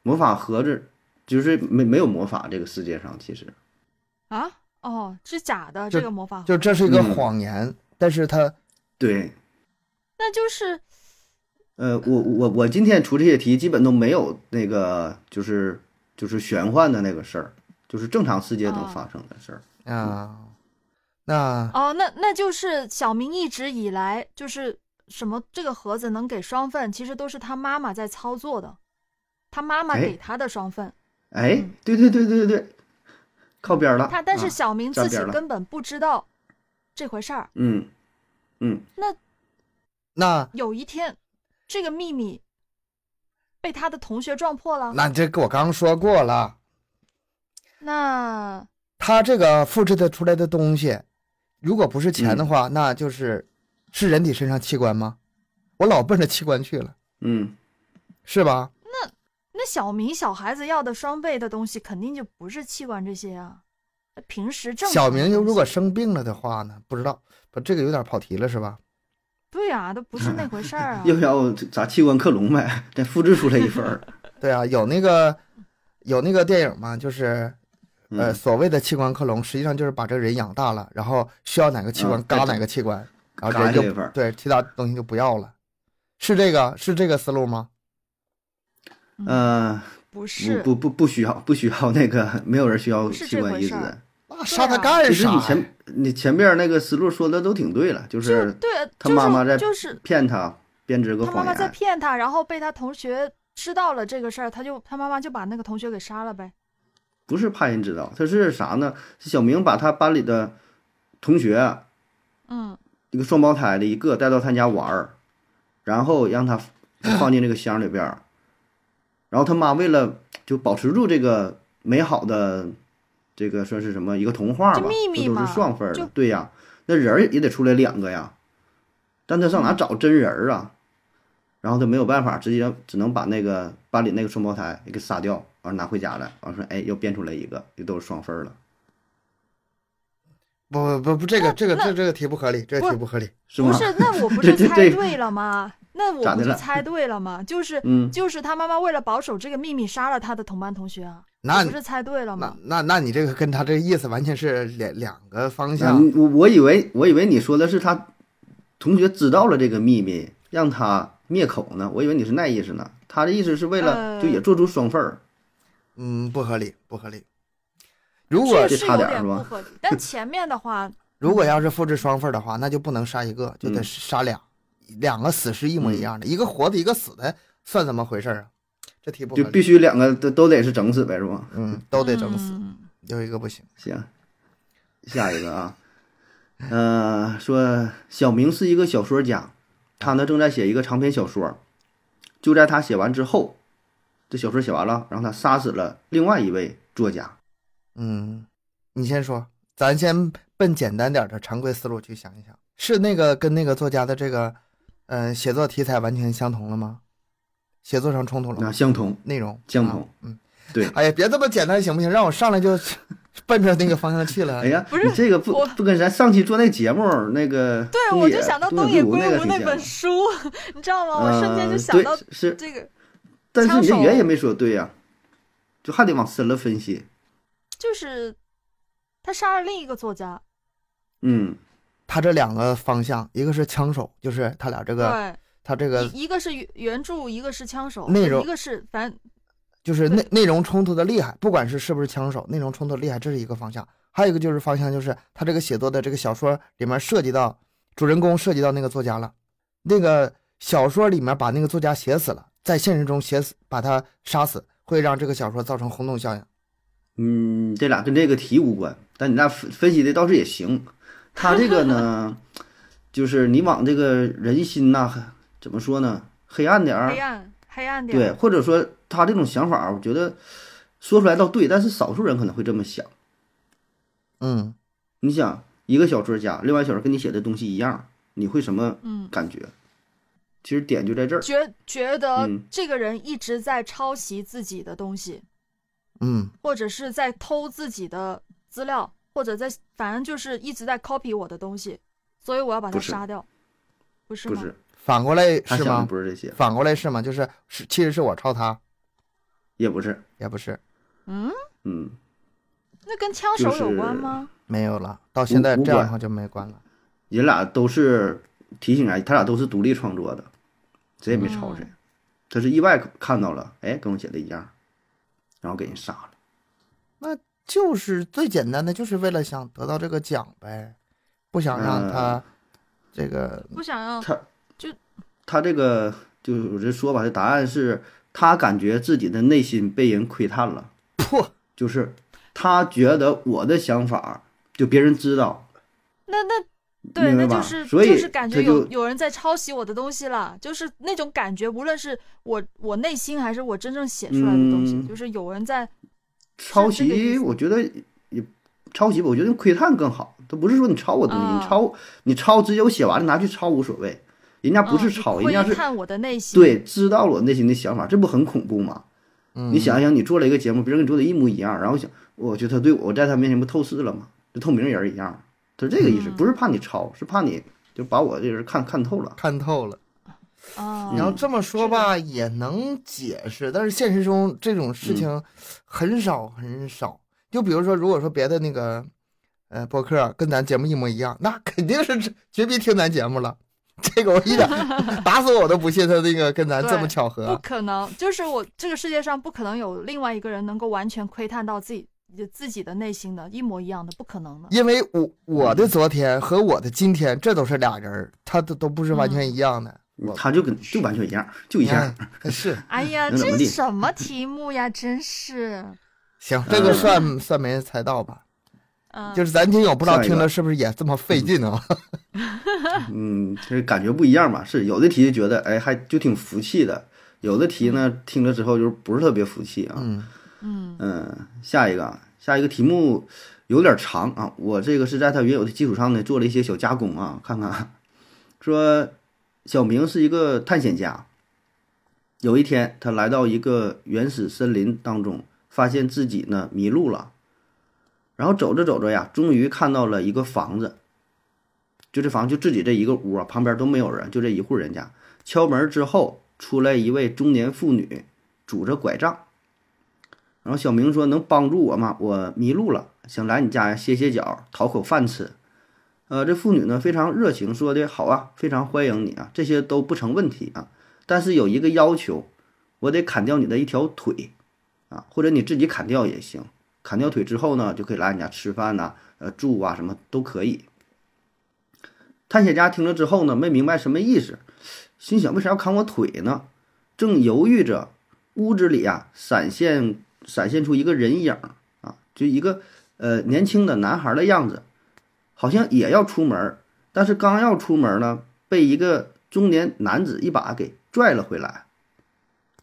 S1: 魔法盒子就是没没有魔法这个世界上其实，
S3: 啊，哦，是假的
S2: 就
S3: 这个魔法盒，
S2: 就这是一个
S1: 嗯
S2: 谎言，但是他
S1: 对，
S3: 那就是
S1: 呃，我我我今天出这些题基本都没有那个就是就是玄幻的那个事儿，就是正常世界能
S3: 哦
S1: 发生的事儿，
S2: 啊，那
S3: 哦，那那就是小明一直以来就是什么这个盒子能给双份，其实都是他妈妈在操作的，他妈妈
S1: 哎
S3: 给他的双份，
S1: 哎，对对对对对，靠边儿了，
S3: 嗯他但
S1: 啊
S3: 是小明
S1: 沾
S3: 自己
S1: 边了
S3: 根本不知道这回事儿，
S1: 嗯，嗯，
S2: 那
S3: 有一天这个秘密被他的同学撞破了，
S2: 那这个我刚说过了，
S3: 那
S2: 他这个复制的出来的东西，如果不是钱的话，那就是是人体身上器官吗？我老奔着器官去了，
S1: 嗯，
S2: 是吧？
S3: 那小明小孩子要的双倍的东西，肯定就不是器官这些啊。平时正常
S2: 小
S3: 的
S2: 明如
S3: 东
S2: 果
S3: 西
S2: 生病了的话呢？不知道，不，这个有点跑题了，是吧？
S3: 对啊，都不是那回事儿
S1: [laughs]
S3: 啊。
S1: 要不要咱器官克隆呗？再复制出来一份
S3: [laughs]
S1: 儿，嗯
S2: 对啊，有那个有那个电影嘛，就是呃
S1: 嗯，
S2: 所谓的器官克隆，实际上就是把这个人养大了，然后需要哪个器官
S1: 啊
S2: 嘎
S1: 对
S2: 哪个器官，然后
S1: 嘎
S2: 人就
S1: 这一份儿
S2: 对其他东西就不要了，是这个是这个思路吗？
S1: 呃，
S3: 不嗯是，
S1: 不不不需要，不需要那个，没有人需要
S3: 不是
S1: 器
S3: 这
S1: 官
S3: 回
S1: 移
S3: 事
S1: 植。
S3: 儿
S2: 那杀他啊干
S1: 其实
S2: 啥
S1: 你
S2: 呀？
S1: 前你前面那个思路说的都挺对了，就
S3: 就是对，
S1: 他
S3: 就是
S1: 妈妈在
S3: 就是
S1: 骗他编织个
S3: 他妈
S1: 谎
S3: 妈在
S1: 言。
S3: 骗他，然后被他同学知道了这个事儿，他就他妈妈就把那个同学给杀了呗。
S1: 不是怕人知道，他是啥呢？是小明把他班里的同学
S3: 嗯，
S1: 一个双胞胎的一个带到他家玩儿，然后让他放进这个箱里边儿，然后他妈为了就保持住这个美好的这个算是什么一个童话吧，
S3: 这秘密
S1: 这都
S3: 嘛
S1: 是双份儿的
S3: 就，
S1: 对呀，那人儿也得出来两个呀，但他上哪找真人儿啊？然后他没有办法，直接只能把那个班里那个双胞胎给杀掉，完拿回家了，完说哎又变出来一个，又都是双份儿了，
S2: 不不不，这个这个
S3: 那
S2: 这这个题不合理，这
S3: 不
S2: 个题不合理。
S1: 是
S3: 不
S1: 吗？
S3: 是，那我
S1: [laughs]
S3: 不
S1: 这这
S3: 是猜
S1: 这
S3: 对了吗？那我
S1: 咋
S3: 不
S1: 的
S3: 是
S1: 了
S3: 猜对了吗？就是
S1: 嗯，
S3: 就是他妈妈为了保守这个秘密杀了他的同班同学啊，
S2: 那
S3: 不是猜对了
S2: 那
S3: 吗？
S2: 那那你这个跟他这个意思完全是两两个方
S1: 啊
S2: 向。
S1: 我我以为我以为你说的是他同学知道了这个秘密，让他灭口呢。我以为你是那意思呢。他的意思是为了
S3: 呃
S1: 就也做出双份儿，
S2: 嗯，不合理，不合理。如果
S3: 确
S1: 这
S3: 实
S1: 差
S3: 有
S1: 点儿
S3: 点
S1: 是吧
S3: 不合理，但前面
S1: [laughs]
S3: 的话，
S2: 如果要是复制双份儿的话，那就不能杀一个，就得
S1: 嗯
S2: 杀俩，两个死是一模一样的，一个活的，一个死的，算怎么回事儿啊？这题不合
S1: 就
S2: 理，
S1: 必须两个都都得是整死呗，是吧？
S2: 嗯，都得整死，
S3: 嗯
S2: 有一个不行。
S1: 行，下一个啊，呃，说小明是一个小说家，他呢正在写一个长篇小说，就在他写完之后，这小说写完了，然后他杀死了另外一位作家。
S2: 嗯，你先说，咱先奔简单点儿的常规思路去想一想，是那个跟那个作家的这个，嗯、写作题材完全相同了吗？写作上冲突了
S1: 那
S2: 吗？
S1: 相同，
S2: 内容
S1: 相
S2: 啊
S1: 同
S2: 嗯，
S1: 对
S2: 哎呀，别这么简单行不行？让我上来就奔着那个方向去了。
S1: [laughs] 哎，呀，
S3: 不是
S1: 你这个不
S3: 我
S1: 不跟咱上期做那节目那个
S3: 对，
S1: 东
S3: 我
S1: 野
S3: 就想到
S1: 东
S3: 东野
S1: 圭
S3: 圭
S1: 吾
S3: 吾
S1: 那
S3: 那
S1: 个
S3: 本
S1: 是
S3: 书，你知道吗？我瞬间就
S1: 呃
S3: 想到
S1: 对是，
S3: 这个，
S1: 但是你这
S3: 枪手
S1: 原也没说对呀、就还得往深了分析。
S3: 就是他杀了另一个作家，
S1: 嗯，
S2: 他这两个方向，一个是枪手，就是他俩这个，
S3: 对，
S2: 他这个
S3: 一一个是原原著，一个是枪手，
S2: 内容
S3: 一个是反正
S2: 就是内内容冲突的厉害，不管是是不是枪手，内容冲突厉害，这是一个方向。还有一个就是方向，就是他这个写作的这个小说里面涉及到主人公涉及到那个作家了，那个小说里面把那个作家写死了，在现实中写死把他杀死，会让这个小说造成轰动效应。
S1: 嗯，这俩跟这个题无关，但你俩分分析的倒是也行。他这个
S3: [laughs]
S1: 呢，就是你往这个人心呐、怎么说呢，黑暗点儿，
S3: 黑暗黑暗
S1: 嗯
S3: 点
S1: 对，
S3: 儿，
S1: 或者说他这种想法儿，我觉得说出来倒对，但是少数人可能会这么想。
S2: 嗯，
S1: 你想，一个小说家，另外小说跟你写的东西一样，你会什么
S3: 嗯，
S1: 感觉？其实点就在这儿。
S3: 觉觉得
S1: 嗯
S3: 这个人一直在抄袭自己的东西，
S2: 嗯，
S3: 或者是在偷自己的资料，或者在反正就是一直在 copy 我的东西，所以我要把他
S1: 不是
S3: 杀掉，不是
S1: 不
S3: 吗？
S1: 是，
S2: 反过来
S1: 他
S2: 是
S1: 想的
S2: 吗？
S1: 不是这些，
S2: 反过来是吗？就是是其实是我抄他，
S1: 也不是，
S2: 也不是，
S3: 嗯，
S1: 嗯，
S3: 那跟枪手
S1: 就是
S3: 有关吗？
S2: 没有了，到现在
S1: 无无
S2: 这样的
S1: 关
S2: 话就没关了。
S1: 人俩都是提醒啊，他俩都是独立创作的，谁也没抄谁，他是意外看到了，哎，跟我写的一样，然后给人杀了。
S2: 就是最简单的，就是为了想得到这个奖呗，不想让
S1: 嗯
S2: 他这个，
S3: 不想要，
S1: 他他这个就是我这说吧，这答案是他感觉自己的内心被人窥探了，
S2: 噗，
S1: 就是他觉得我的想法儿就别人知道，
S3: 那那对，
S1: 明白
S3: 那
S1: 吧？
S3: 就是
S1: 所以
S3: 就是感觉
S1: 这就
S3: 有有人在抄袭我的东西了，就是那种感觉，无论是我我内心还是我真正写出来的东西，
S1: 嗯
S3: 就是有人在
S1: 抄
S3: 是这个意
S1: 袭，
S3: 思
S1: 我觉得也抄袭吧，我觉得用窥探更好。他不是说你抄我东西，
S3: 啊
S1: 你抄你抄只有写完了拿去抄无所谓，人家不是
S3: 嗯
S1: 抄，
S3: 你
S1: 人家
S3: 窥
S1: 是
S3: 探我的内心，
S1: 对知道了我内心的想法，这不很恐怖吗？
S2: 嗯，
S1: 你想一想，你做了一个节目，别人跟你做的一模一样，然后想，我觉得他对我，我在他面前不透视了吗？就透明人儿一样，他是这个意思，
S3: 嗯
S1: 不是怕你抄，是怕你就把我这人看看透了。
S2: 看透了。
S3: 啊，
S1: 嗯
S2: 你要这么说
S3: 是的
S2: 吧，也能解释，但是现实中这种
S1: 嗯
S2: 事情很少很少。就比如说，如果说别的那个呃播客跟咱节目一模一样，那肯定是绝逼听咱节目了。这个我
S3: [laughs]
S2: 一点打死我都不信他那个跟咱这么巧
S3: 不
S2: 合。
S3: 可能，就是我这个世界上不可能有另外一个人能够完全窥探到自己自己的内心的，一模一样的，不可能的。
S2: 因为我我的昨天和我的今天，这都是俩人儿，他都都不是完
S3: 嗯
S2: 全一样的。我
S1: 他就跟就完全一样，就一样。
S2: 哎是
S3: 哎呀，
S1: 能怎么
S3: 这
S1: 地
S3: 什么题目呀？真是，
S2: 行，这
S1: 嗯
S2: 个算算没人猜到吧？
S3: 嗯，
S2: 就是咱听友不知道
S1: 下一个
S2: 听着是不是也这么费劲啊？
S1: 嗯，就是感觉不一样嘛。是有的题就觉得哎还就挺服气的，有的题呢听了之后就是不是特别服气啊。
S2: 嗯，
S3: 嗯
S1: 嗯，下一个，啊，下一个题目有点长啊，我这个是在它原有的基础上呢做了一些小加工啊，看看啊，说小明是一个探险家，有一天他来到一个原始森林当中，发现自己呢迷路了，然后走着走着呀，终于看到了一个房子，就这房就自己这一个屋啊，旁边都没有人，就这一户人家。敲门之后，出来一位中年妇女，拄着拐杖。然后小明说：“能帮助我吗？我迷路了，想来你家歇歇脚，讨口饭吃。”呃，这妇女呢非常热情，说的好啊，非常欢迎你啊，这些都不成问题啊。但是有一个要求，我得砍掉你的一条腿，啊，或者你自己砍掉也行。砍掉腿之后呢，就可以来你家吃饭呐、呃，住啊，什么都可以。探险家听了之后呢，没明白什么意思，心想为啥要砍我腿呢？正犹豫着，屋子里啊闪现闪现出一个人影儿啊，就一个呃年轻的男孩的样子，好像也要出门儿，但是刚要出门儿呢，被一个中年男子一把给拽了回来。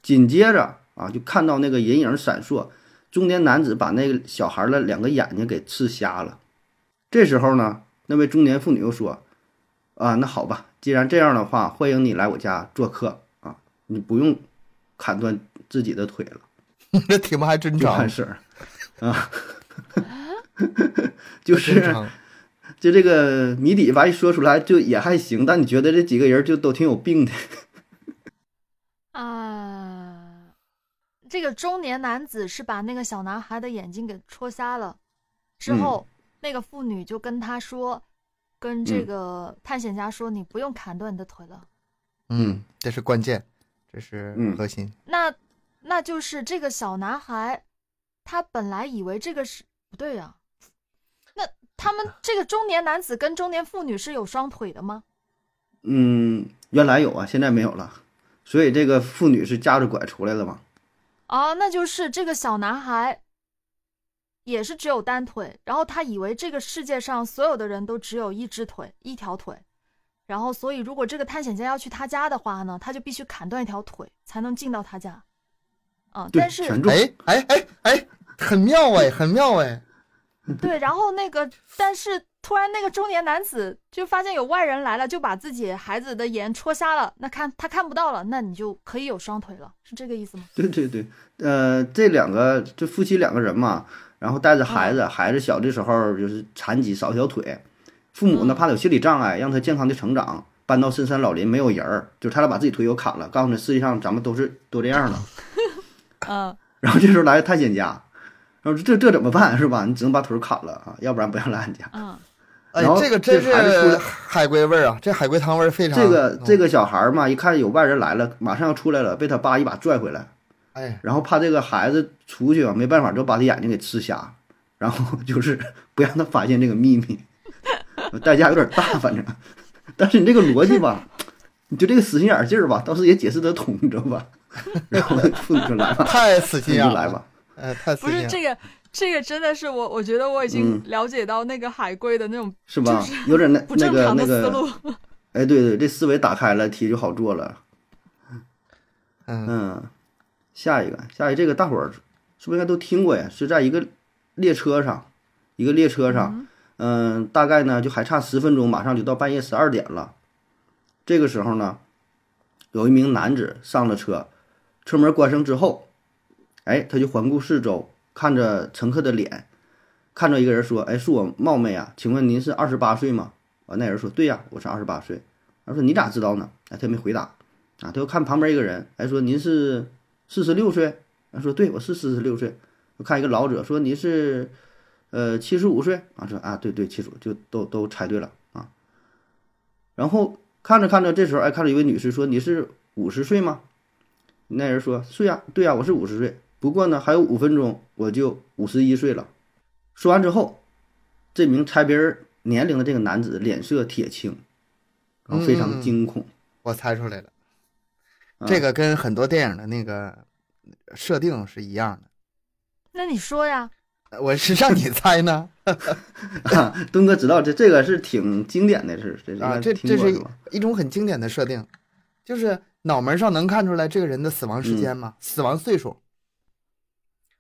S1: 紧接着啊，就看到那个人影闪烁，中年男子把那个小孩的两个眼睛给刺瞎了。这时候呢，那位中年妇女又说：“啊，那好吧，既然这样的话，欢迎你来我家做客啊，你不用砍断自己的腿了。”嗯
S2: [laughs] 这题目还真
S1: 就
S2: 长
S1: 办，事儿啊， [laughs] 就
S2: 真
S1: 是
S2: 长。
S1: 就这个谜底吧，一说出来就也还行，但你觉得这几个人就都挺有病的，
S3: 啊，这个中年男子是把那个小男孩的眼睛给戳瞎了，之
S1: 嗯
S3: 后那个妇女就跟他说，跟这
S1: 嗯
S3: 个探险家说，你不用砍断你的腿了。
S2: 嗯，这是关键，这是
S1: 嗯
S2: 核心。
S3: 那那就是这个小男孩，他本来以为这个是不对呀、那
S1: [laughs]
S3: 他们这个中年男子跟中年妇女是有双腿的吗？
S1: 嗯，原来有啊，现在没有了，所以这个妇女是夹着拐出来的嘛。
S3: 啊，那就是这个小男孩也是只有单腿，然后他以为这个世界上所有的人都只有一只腿，一条腿，然后所以如果这个探险家要去他家的话呢，他就必须砍断一条腿才能进到他家。啊，
S1: 对
S3: 但是
S1: 全中
S2: 哎哎哎哎，很妙哎，很妙哎。
S3: 对，然后那个，但是突然那个中年男子就发现有外人来了，就把自己孩子的眼戳瞎了。那看他看不到了，那你就可以有双腿了，是这个意思吗？
S1: 对对对，呃，这两个这夫妻两个人嘛，然后带着孩
S3: 嗯
S1: 子，孩子小的时候就是残疾少一条腿，父母呢
S3: 嗯
S1: 怕他有心理障碍，让他健康的成长，搬到深山老林没有人儿，就是他俩把自己腿又砍了，告诉你世界上咱们都是都这样的。
S3: [laughs] 嗯，
S1: [laughs] 然后这时候来个探险家，然后这这怎么办是吧？你只能把腿儿砍了啊，要不然不让来俺家。
S3: 嗯，
S2: 哎
S1: 然，后
S2: 这个
S1: 这
S2: 真
S1: 孩子出
S2: 是
S1: 来
S2: 海龟味儿啊，这海龟汤味儿非常。
S1: 这个
S2: 嗯
S1: 这，个小孩儿嘛，一看有外人来了，马上要出来了，被他爸一把拽回来，
S2: 哎，
S1: 然后怕这个孩子出去啊，没办法，就把他眼睛给吃瞎，然后就是 [laughs] 不让他发现这个秘密，代价有点大，反正。但是你这个逻辑吧，你就这个死心眼劲儿吧，倒是也解释得通，你知道吧？ [laughs] 然后
S3: [laughs]
S1: 妇女就来吧，
S2: 太
S1: [laughs]
S2: 死
S1: 妇
S2: 心
S1: 女就
S2: 眼儿
S1: 来
S2: 了，
S1: 吧，
S3: 啊
S2: 哎，太死
S3: 不
S2: 心
S3: 是
S2: 眼儿。
S3: 这个，这个真的是我，我觉得我已
S1: 嗯
S3: 经了解到那个海龟的那种
S1: 是吧？有点那
S3: 不
S1: 那
S3: 正
S1: 个
S3: 常
S1: 那
S3: 的思
S1: 个，
S3: 路。
S1: [laughs] 哎，对对，这思维打开了，题就好做了。
S2: 嗯，
S1: 嗯，下一个，下一个，这个大伙儿是不是应该都听过呀？是在一个列车上，一个列车上，嗯、大概呢就还差十分钟，马上就到半夜十二点了。这个时候呢，有一名男子上了车，车门关上之后，哎，他就环顾四周，看着乘客的脸，看着一个人说：“哎，恕我冒昧啊，请问您是二十八岁吗？”啊，那人说：“对呀、我是二十八岁。”他说：“你咋知道呢？”哎，他也没回答。啊，他又看旁边一个人，还说您是四十六岁，他说对，我是四十六岁。我看一个老者说您是呃七十五岁，啊说啊对对七十五，就都都猜对了啊。然后看着看着，这时候哎，看着一位女士说：“你是五十岁吗？”那人说：“是呀，对呀，我是五十岁。不过呢，还有五分钟我就五十一岁了。”说完之后，这名猜别人年龄的这个男子脸色铁青，然后非常惊恐。
S2: 我猜出来了，
S1: 啊
S2: 嗯这个跟很多电影的那个设定是一样的。
S3: 那你说呀，
S2: 呃我是让你猜呢
S1: 东哥知道这这个是挺经典的事，这应
S2: 啊，
S1: 该
S2: 这
S1: 听
S2: 这
S1: 过
S2: 是
S1: 是吧？
S2: 一种很经典的设定，就是脑门上能看出来这个人的死亡时间
S1: 嗯
S2: 吗？死亡岁数，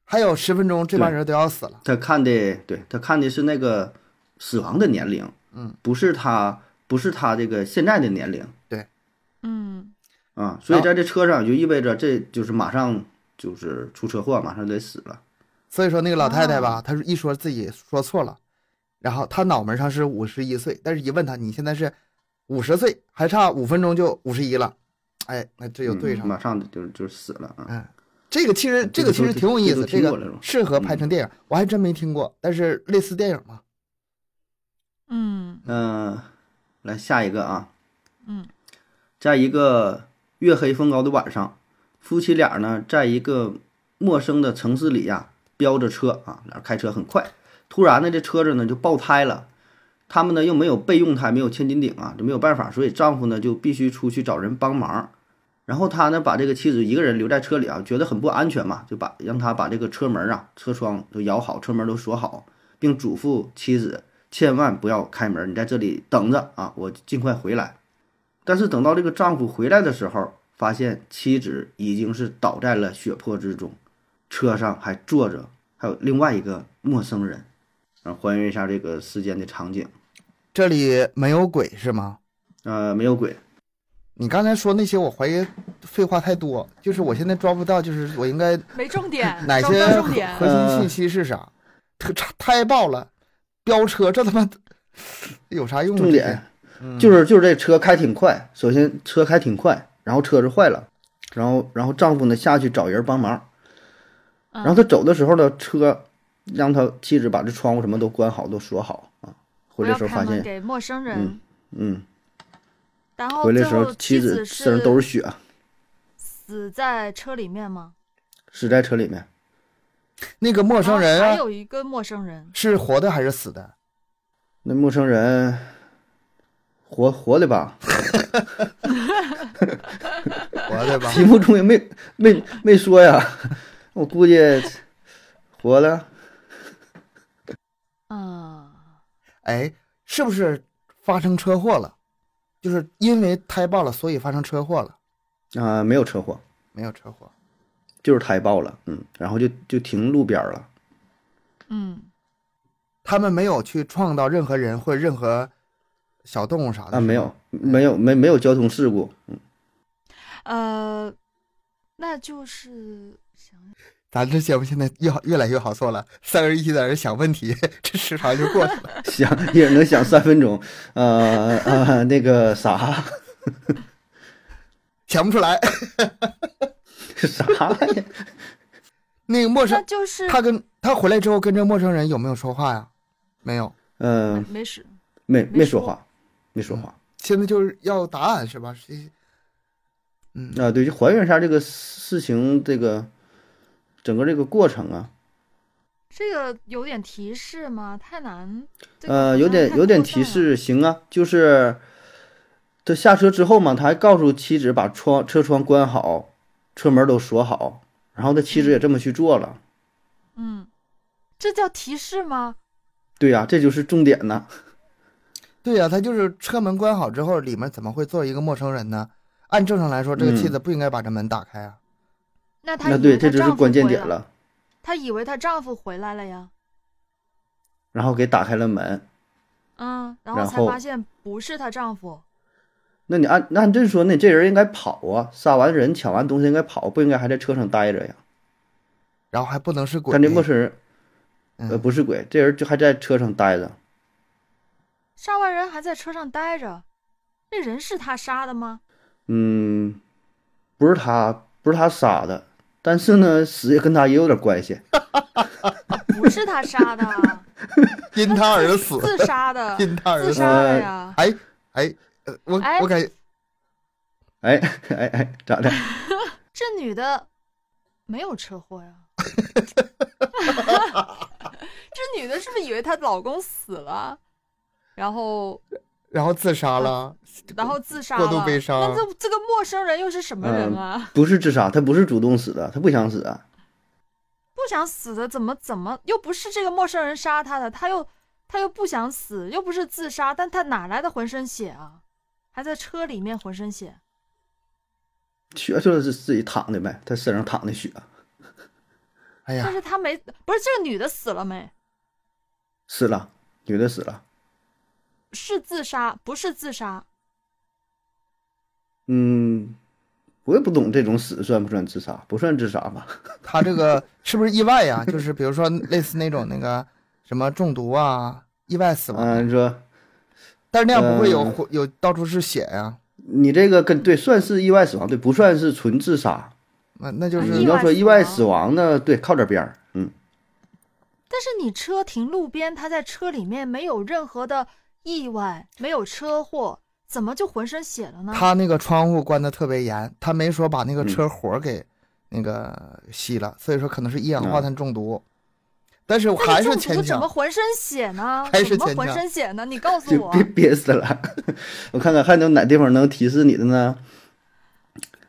S2: 还有十分钟，这帮人都要死了。
S1: 他看的对他看的是那个死亡的年龄，
S2: 嗯，
S1: 不是他不是他这个现在的年龄
S3: 嗯，
S1: 啊，所以在这车上就意味着这就是马上就是出车祸，马上得死了。
S2: 所以说那个老太太
S1: 啊
S2: 吧，她一说自己说错了，然后她脑门上是五十一岁，但是一问她你现在是五十岁，还差五分钟就五十一了，哎，那这就对
S1: 嗯
S2: 上了。
S1: 马上就就死了啊。
S2: 哎，这个其实
S1: 这
S2: 这个
S1: 个
S2: 其实
S1: 都
S2: 挺有意
S1: 这
S2: 思，
S1: 都
S2: 这
S1: 听过
S2: 个
S1: 了嗯
S2: 适合拍成电影，我还真没听过，但是类似电影嘛，
S3: 嗯，
S1: 嗯、来下一个啊，
S3: 嗯，
S1: 在一个月黑风高的晚上，夫妻俩呢在一个陌生的城市里呀、飙着车啊，俩人开车很快，突然呢这车子呢就爆胎了。他们呢又没有备用胎，没有千斤顶啊，这没有办法，所以丈夫呢就必须出去找人帮忙。然后他呢把这个妻子一个人留在车里啊，觉得很不安全嘛，就把让他把这个车门啊、车窗都摇好，车门都锁好，并嘱咐妻子千万不要开门，你在这里等着啊，我尽快回来。但是等到这个丈夫回来的时候，发现妻子已经是倒在了血泊之中，车上还坐着还有另外一个陌生人。啊，还原一下这个事件的场景。
S2: 这里没有鬼是吗？
S1: 呃，没有鬼，
S2: 你刚才说那些，我怀疑废话太多，就是我现在抓不到，就是我应该
S3: 没重点，
S2: 哪
S3: 找不到
S2: 些
S3: 重点
S2: 核？心信息是啥？特差胎爆了，飙车，这他妈有啥用啊？
S1: 重点
S2: 这些
S3: 嗯
S1: 就是就是这车开挺快，首先车开挺快，然后车子坏了，然后然后丈夫呢下去找人帮忙，
S3: 嗯
S1: 然后他走的时候呢，车让他妻子把这窗户什么都关好，都锁好啊。
S3: 不
S1: 回来
S3: 要
S1: 的时候
S3: 开
S1: 发
S3: 门
S1: 现，
S3: 给陌生人。
S1: 嗯嗯，
S3: 然后
S1: 回来
S3: 哦最
S1: 的时候
S3: 后
S1: 妻
S3: 子
S1: 子身上都是血，
S3: 死在车里面吗？
S1: 死在车里面。
S2: 那个陌
S3: 陌
S2: 生人
S3: 还
S2: 啊，
S3: 有一个陌生人，
S2: 是活的还是死的？
S1: 那陌生人活活的吧？ [laughs]
S2: 活的吧？
S1: 题目中也没没没说呀， [laughs] 我估计活了。
S3: 嗯，
S2: 哎，是不是发生车祸了？就是因为胎爆了，所以发生车祸了？
S1: 啊、没有车祸，
S2: 没有车祸，
S1: 就是胎爆了，嗯，然后就就停路边儿了，
S3: 嗯，
S2: 他们没有去撞到任何人或者任何小动物啥的。
S1: 啊，
S2: 是
S1: 没
S2: 吗
S1: 有，没有，没没有交通事故， [laughs]
S3: 呃，那就是想
S2: 咱这节目现在越好越来越好做了，三个人一起在这想问题，这时长就过去了。
S1: 想一人能想三分钟，呃呃，那个啥
S2: 想不出来。 [laughs]
S1: 啥呀，
S2: 那个陌
S3: 那
S2: 生，
S3: 就是
S2: 他跟他回来之后跟这陌生人有没有说话呀？没有。
S1: 嗯、
S3: 没没事，
S1: 没
S3: 没
S1: 没说
S3: 说
S1: 话，没说话，
S2: 现在就是要答案是吧？谁？嗯，
S1: 啊，对，就还原一下这个事情，这个整个这个过程啊，
S3: 这个有点提示吗？太难，这个好
S1: 呃，
S3: 像
S1: 有点
S3: 太
S1: 有点
S3: 过分
S1: 提
S3: 了，
S1: 示，行啊，就是他下车之后嘛，他还告诉妻子把窗车窗关好，车门都锁好，然后他妻子也这么去做了，
S3: 嗯，这叫提示吗？
S1: 对呀、这就是重点呐、
S2: 对呀、他就是车门关好之后，里面怎么会坐一个陌生人呢？按正常来说，这个
S1: 嗯
S2: 妻子不应该把这门打开啊。
S3: 那她
S1: 那
S3: 以
S1: 对，
S3: 为
S1: 这
S3: 她
S1: 就是
S3: 丈夫
S1: 关键
S3: 回
S1: 点
S3: 来。
S1: 了。
S3: 她以为她丈夫回来了呀，
S1: 然后给打开了门，
S3: 嗯，然后
S1: 然
S3: 才
S1: 后
S3: 发现不是她丈夫，
S1: 那你按那按这说，那你这人应该跑啊，杀完人抢完东西应该跑，不应该还在车上待着呀？
S2: 然后还不能是鬼。
S1: 但这陌生人，呃，
S2: 嗯
S1: 不是鬼，这人就还在车上待着，
S3: 杀完人还在车上待着，那人是他杀的吗？
S1: 嗯，不是他，不是他杀的，但是呢，死也跟他也有点关系，
S3: 不是他杀的，啊 [laughs]
S2: 因他而死，
S3: 自杀的，
S2: 因他而
S3: [laughs] 自
S2: 死。
S3: 杀的呀。
S2: 哎哎，呃我
S3: 哎
S2: 我感
S1: 哎哎哎，咋的？
S3: 这女的没有车祸
S2: [laughs]
S3: 呀？这女的是不是以为她老公死了，然后
S2: 然后自杀了，
S3: 然后自杀
S2: 过
S3: 了？
S2: 度悲伤
S3: 那这这个陌生人又是什么人啊？
S1: 不是自杀，他不是主动死的，他不想死啊。
S3: 不想死的怎么怎么又不是这个陌生人杀她的，她又她又不想死，又不是自杀，但她哪来的浑身血啊？还在车里面浑身血，
S1: 血就是自己淌的呗，他身上淌的血
S2: 哎呀，
S3: 但是她没不是这个女的死了没？
S1: 死了，女的死了。
S3: 是自杀不是自杀？
S1: 嗯，我也不懂这种死算不算自杀，不算自杀吧？
S2: 他这个是不是意外呀？就是比如说类似那种那个什么中毒啊，意外死亡，
S1: 嗯，你说
S2: 但是那样不会有
S1: 呃
S2: 火有到处是血呀？
S1: 你这个跟对算是意外死亡，对，不算是纯自杀。
S2: 那那就
S3: 啊
S2: 是
S1: 你要说意外死亡呢，对，靠点边儿，嗯，
S3: 但是你车停路边，他在车里面没有任何的意外，没有车祸，怎么就浑身血了呢？
S2: 他那个窗户关的特别严，他没说把那
S1: 嗯
S2: 个车火给那个熄了，所以说可能是一氧
S1: 嗯
S2: 化碳中毒，但是我
S3: 那
S2: 还
S3: 你
S2: 是
S3: 中毒
S2: 牵
S3: 怎
S2: 强
S3: 么。浑身血呢？
S2: [laughs] 还是
S3: 怎么
S2: 牵
S3: 浑
S2: 强
S3: 身血呢？你告诉
S1: 就
S3: 我啊
S1: 别，憋死了。 [laughs] 我看看还能哪地方能提示你的呢？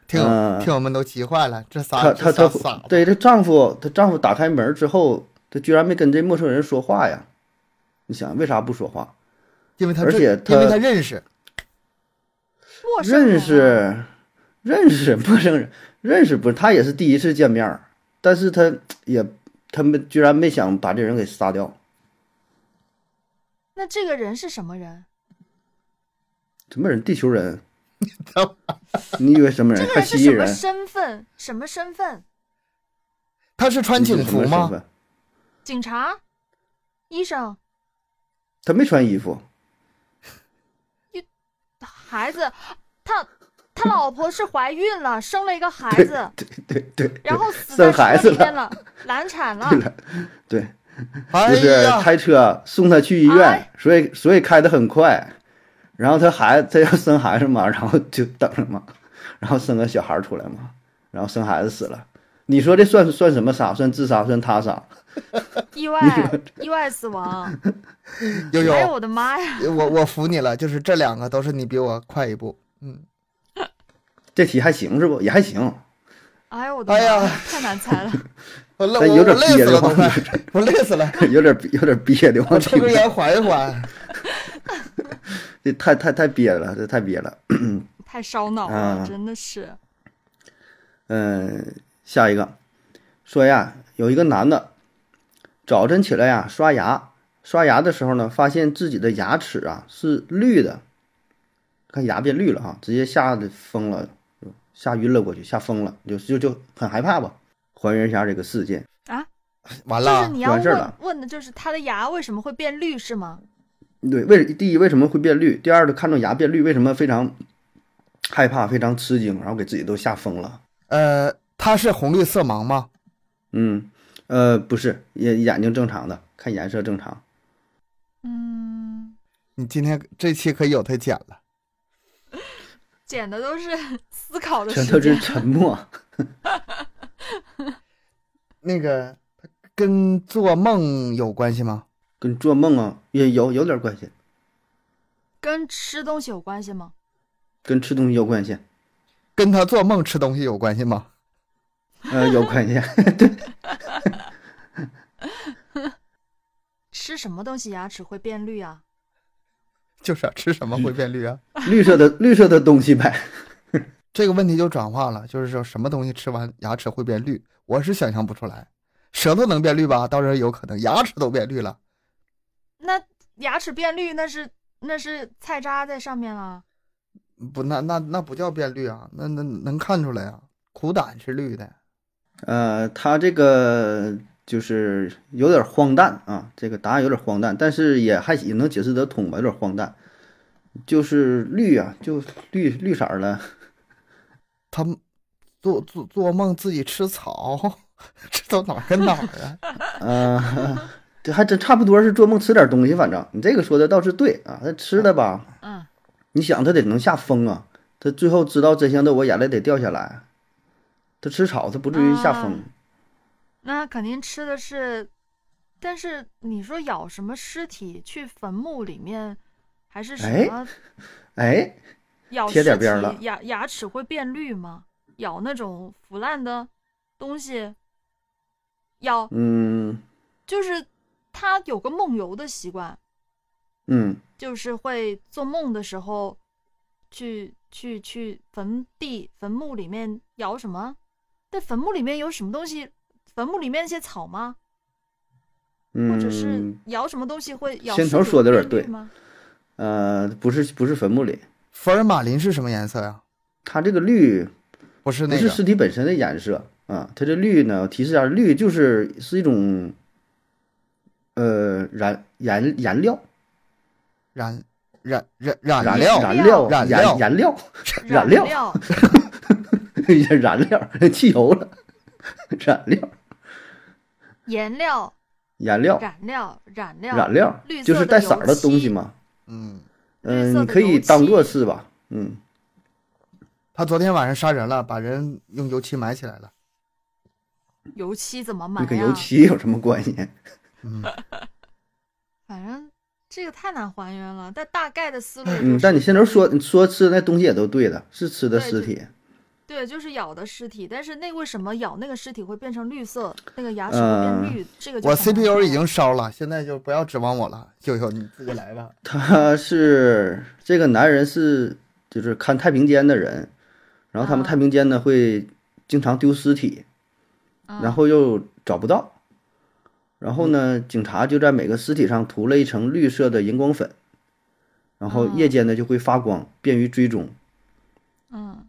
S2: 听
S1: 嗯
S2: 听我们都急坏了，这仨
S1: 她
S2: 这啊
S1: 她
S2: 仨
S1: 她
S2: 傻子，
S1: 对这丈夫，她丈夫打开门之后，她居然没跟这陌生人说话呀？你想为啥不说话？
S2: 因为他
S1: 而且
S2: 认，
S1: 他
S2: 因为他认识，
S3: 陌生人
S1: 认
S3: 啊
S1: 识，认识陌生人，认识不是他也是第一次见面儿，但是他也他们居然没想把这人给杀掉，
S3: 那这个人是什么人？
S1: 什么人？地球人？你以为什么人
S3: 这？个
S1: 还
S3: 人是
S1: 蜥蜴
S3: 什么
S1: 人？
S3: 身份？什么身份？
S2: 他是穿
S1: 你是
S2: 警
S1: 什
S2: 服
S1: 么身
S2: 吗？
S1: 份？
S3: 警察、医生、
S1: 他没穿衣服，
S3: 孩子，他他老婆是怀孕了，生了一个孩子，
S1: 对对对对，
S3: 然后死在
S1: 生孩
S3: 车
S1: 子
S3: 里面了，难产了
S1: [laughs] 对。了，对，
S2: 哎
S1: 就是
S2: 呀，
S1: 开车送他去医院
S3: 哎，
S1: 所以所以开的很快，然后他孩他要生孩子嘛，然后就等着嘛，然后生个小孩儿出来嘛，然后生孩子死了。你说这算算什么杀？算自杀？算他杀？
S3: 意外，意外死亡。
S2: 悠悠
S3: 哎，呦我的妈呀！
S2: 我我服你了，就是这两个都是你比我快一步，嗯，
S1: 这题还行是不？也还行。 [laughs]
S3: 哎呦我的
S2: 哎
S3: 妈
S2: 呀
S3: 太难猜了。
S2: 我累
S1: 但
S2: 我
S1: 有
S2: 我
S1: 点啊
S2: 累
S1: 憋
S2: 死
S1: 得
S2: 了都
S1: 慌
S2: 快，我累
S1: [laughs]
S2: 死了，
S1: 有点有点憋的
S2: 我 [laughs]
S1: 慌，
S2: 抽根烟缓一缓。
S1: 这太太太憋了，这太憋了。
S3: 太烧脑了，
S1: 啊
S3: 真的是。
S1: 嗯，下一个说呀，有一个男的早晨起来呀刷牙，刷牙的时候呢，发现自己的牙齿啊是绿的，看牙变绿了哈，直接吓得疯了，吓晕了过去，吓疯了，就就就很害怕吧。还原一下这个事件，
S2: 完
S3: 就是
S2: 了，
S3: 你要
S1: 完事儿
S3: 问
S1: 了
S3: 问的就是他的牙为什么会变绿是吗？
S1: 对，为第一为什么会变绿？第二，看到牙变绿，为什么非常害怕、非常吃惊，然后给自己都吓疯了。
S2: 呃，他是红绿色盲吗？
S1: 嗯，呃，不是，眼眼睛正常的，看颜色正常。
S3: 嗯，
S2: 你今天这期可有他剪了，
S3: 捡的都是 [laughs] 思考的
S1: 全
S3: 时
S1: 都是
S3: 间。
S1: 沉默。
S2: 那个跟做梦有关系吗？
S1: 跟做梦啊也有有点关系，
S3: 跟吃东西有关系吗？
S1: 跟吃东西有关系，
S2: 跟他做梦吃东西有关系吗？
S1: 呃，有关系。
S3: 吃什么东西牙齿会变绿啊？
S2: 就是啊吃什么会变绿啊？ [laughs]
S1: 绿色的绿色的东西呗，
S2: 这个问题就转化了，就是说什么东西吃完牙齿会变绿？我是想象不出来，舌头能变绿吧？倒是有可能，牙齿都变绿了。
S3: 那牙齿变绿，那是那是菜渣在上面啊了。
S2: 不，那那那不叫变绿啊，那那能看出来啊，苦胆是绿的。
S1: 呃，他这个就是有点荒诞啊，这个答案有点荒诞，但是也还也能解释得通吧，有点荒诞，就是绿啊，就绿绿色儿了，
S2: 他们做做做梦自己吃草，这都哪儿跟哪儿啊？
S1: 啊，这还真差不多是做梦吃点东西，反正你这个说的倒是对啊，他吃的吧，
S3: 嗯，
S1: 你想他得能吓疯啊，他最后知道真相的我眼泪得掉下来。他吃草，他不至于吓疯。
S3: 啊那肯定吃的是，但是你说咬什么尸体去坟墓里面，还是什么
S1: 哎，
S3: 咬
S1: 贴
S3: 尸
S1: 点
S3: 体
S1: 边儿了
S3: 牙牙齿会变绿吗？咬那种腐烂的东西，咬
S1: 嗯
S3: 就是他有个梦游的习惯，
S1: 嗯，
S3: 就是会做梦的时候去去去坟地坟墓里面摇什么？但坟墓里面有什么东西？坟墓里面那些草吗？
S1: 嗯
S3: 或者是摇什么东西会摇？
S1: 先头说的有点对
S3: 吗？
S1: 呃，不是不是坟墓里，
S2: 福尔马林是什么颜色呀、
S1: 它这个绿
S2: 不是
S1: 不
S2: 那
S1: 是
S2: 个
S1: 尸体本身的颜色啊，它这绿呢，提示一下，绿就是是一种呃燃燃燃料、
S2: 染染染染
S1: 燃
S2: 料
S1: 燃料、
S2: 燃
S1: 燃
S2: 料
S1: 燃料、[laughs]
S3: 染
S1: 染料
S3: 料 [laughs]
S1: [laughs] 燃料、汽油了，燃料、
S3: 颜料、
S1: 燃料、
S3: 染料、染料、
S1: 燃料
S3: 绿，
S1: 就
S3: 色
S1: 是
S3: 的
S1: 带色
S3: 油
S1: 儿的东西
S3: 漆
S1: 嘛。
S2: 嗯，
S3: 绿
S1: 嗯，
S3: 色
S1: 你
S3: 的
S1: 可以
S3: 油
S1: 当做
S3: 漆
S1: 是吧？嗯，
S2: 他昨天晚上杀人了，把人用油漆埋起来了。
S3: 油漆怎么啊
S1: 这
S3: 买呀？
S1: 跟油漆有什么关系？ [laughs]
S2: 嗯，
S3: 反正这个太难还原了，但大概的思路就
S1: 嗯，
S3: 是
S1: 但你先头说你说吃那东西也都对的，是吃的尸体。 [laughs]
S3: 对，就是咬的尸体，但是那为什么咬那个尸体会变成绿色，那个牙齿会
S1: 呃
S3: 变绿？这个就
S2: 我
S3: 很难
S2: CPU 已
S3: 说
S2: 经烧了，现在就不要指望我了，悠悠你自己来吧。
S1: 他啊是这个男人是就是看太平间的人，然后他们
S3: 啊
S1: 太平间呢会经常丢尸体，
S3: 嗯
S1: 然后又找不到，然后呢警察就在每个尸体上涂了一层绿色的荧光粉，然后夜间呢就会发光，便于追踪。
S3: 嗯，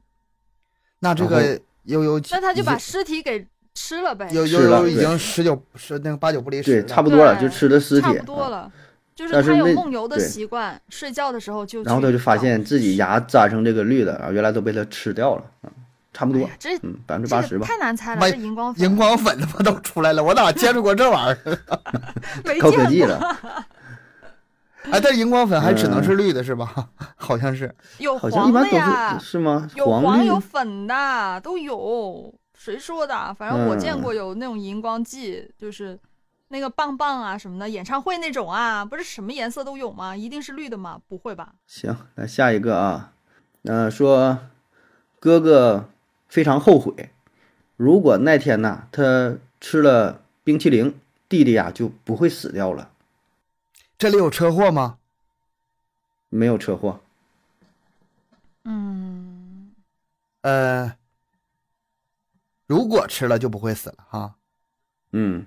S2: 那这
S1: 然
S2: 个悠悠已经，
S3: 那他就把尸体给吃了呗，
S2: 悠悠
S1: 吃了
S2: 悠已
S1: 对
S2: 经十九是那个八九不离十
S1: 对，
S2: 了，
S1: 差不多了，就
S3: 对
S1: 吃了尸体
S3: 差不。多
S1: 啊
S3: 了。就是
S1: 但是
S3: 他有
S1: 那
S3: 梦游的
S1: 对
S3: 习惯，睡觉的时候就
S1: 嗯然后
S3: 去
S1: 他就发
S3: 找
S1: 现自己牙粘上这个绿的，然啊后原来都被他吃掉了啊，差不
S3: 哎
S1: 多
S3: 呀，这
S1: 嗯，百分之八
S3: 这
S1: 十
S3: 个
S1: 吧。
S3: 太难猜了，
S2: 妈
S3: 这荧光粉
S2: 荧光粉他妈都出来了，我哪接触过这玩意儿？
S3: 没
S1: 高科
S3: 见
S1: 技
S3: 过，
S1: 了，
S2: 哎，但是荧光粉还只
S1: 嗯
S2: 能是绿的是吧？ [laughs] 好像是。
S3: 有
S1: 好像一
S3: 黄
S1: 般
S3: 的
S1: 都
S3: 呀
S1: 是，嗯是吗？
S3: 有
S1: 绿
S3: 有粉的都有，谁说的？啊反正我见
S1: 嗯
S3: 过有那种荧光剂，就是那个棒棒啊什么的，演唱会那种啊，不是什么颜色都有吗？一定是绿的吗？不会吧？
S1: 行，来下一个啊，嗯、说哥哥非常后悔，如果那天呐、他吃了冰淇淋，弟弟呀、就不会死掉了，
S2: 这里有车祸吗？
S1: 没有车祸。
S3: 嗯，
S2: 呃，如果吃了就不会死了哈。
S1: 嗯，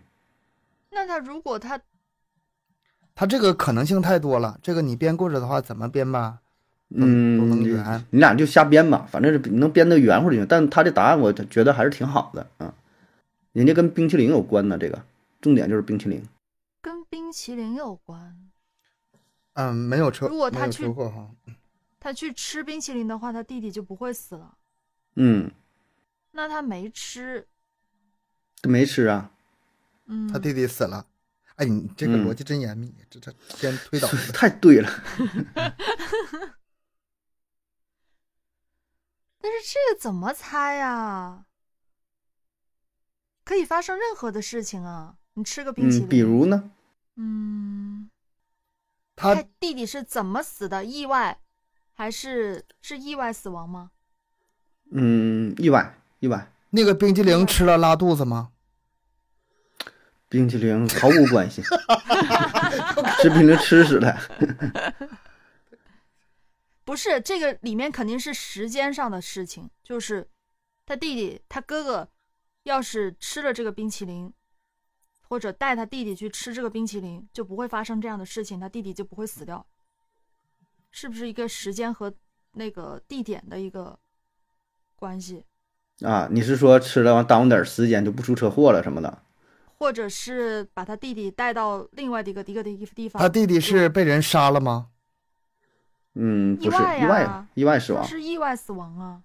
S3: 那他如果他
S2: 他这个可能性太多了，这个你编故事的话怎么编吧？都都
S1: 嗯，
S2: 能圆。
S1: 你俩就瞎编吧，反正是能编得圆乎就行。但他的答案我觉得还是挺好的啊，人家跟冰淇淋有关呢，这个重点就是冰淇淋。
S3: 跟冰淇淋有关，
S2: 嗯，没有车，
S3: 如果他
S2: 没有
S3: 去
S2: 车祸哈。
S3: 他去吃冰淇淋的话，他弟弟就不会死了。
S1: 嗯，
S3: 那他没吃，
S1: 他没吃啊， [laughs]
S3: 嗯，
S2: 他弟弟死了。哎，你这个
S1: 嗯
S2: 逻辑真严密，这这先推导的。
S1: 太对了。
S3: 但是这个怎么猜呀？可以发生任何的事情啊！你吃个冰淇
S1: 嗯，
S3: 淋，
S1: 比如呢？
S3: 嗯，
S2: 他啊
S3: 他弟弟是怎么死的？意外，还是是意外死亡吗？
S1: 嗯，意外，意外。
S2: 那个冰激凌吃了拉肚子吗？
S1: 冰淇淋毫无关系，吃冰淇淋吃死的，
S3: 不是，这个里面肯定是时间上的事情，就是他弟弟、他哥哥要是吃了这个冰淇淋，或者带他弟弟去吃这个冰淇淋，就不会发生这样的事情，他弟弟就不会死掉，是不是一个时间和那个地点的一个关系，
S1: 啊！你是说吃了完耽误点时间就不出车祸了什么的？
S3: 或者是把他弟弟带到另外的一个一个一个地方？
S2: 他弟弟是被人杀了吗？
S1: 嗯，不是
S3: 意外呀
S1: 意外，意外死
S3: 那
S1: 亡。
S3: 是意外死亡啊。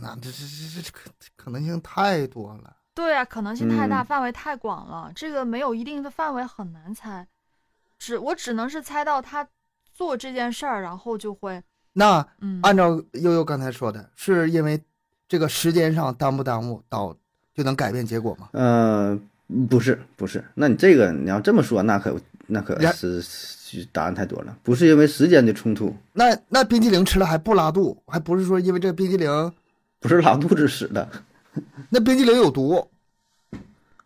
S2: 那这这这这这可可能性太多了。
S3: 对啊，可能性太大，
S1: 嗯
S3: 范围太广了，这个没有一定的范围很难猜。只我只能是猜到他做这件事儿，然后就会
S2: 那
S1: 啊
S3: 嗯，
S2: 按照悠悠刚才说的，是因为这个时间上耽不耽误到就能改变结果吗？
S1: 呃，不是不是，那你这个你要这么说，那可那可
S2: 然
S1: 是是答案太多了，不是因为时间的冲突，
S2: 那那冰激凌吃了还不拉肚，还不是说因为这个冰激凌
S1: 不是拉肚子使的，
S2: 那冰激凌有毒？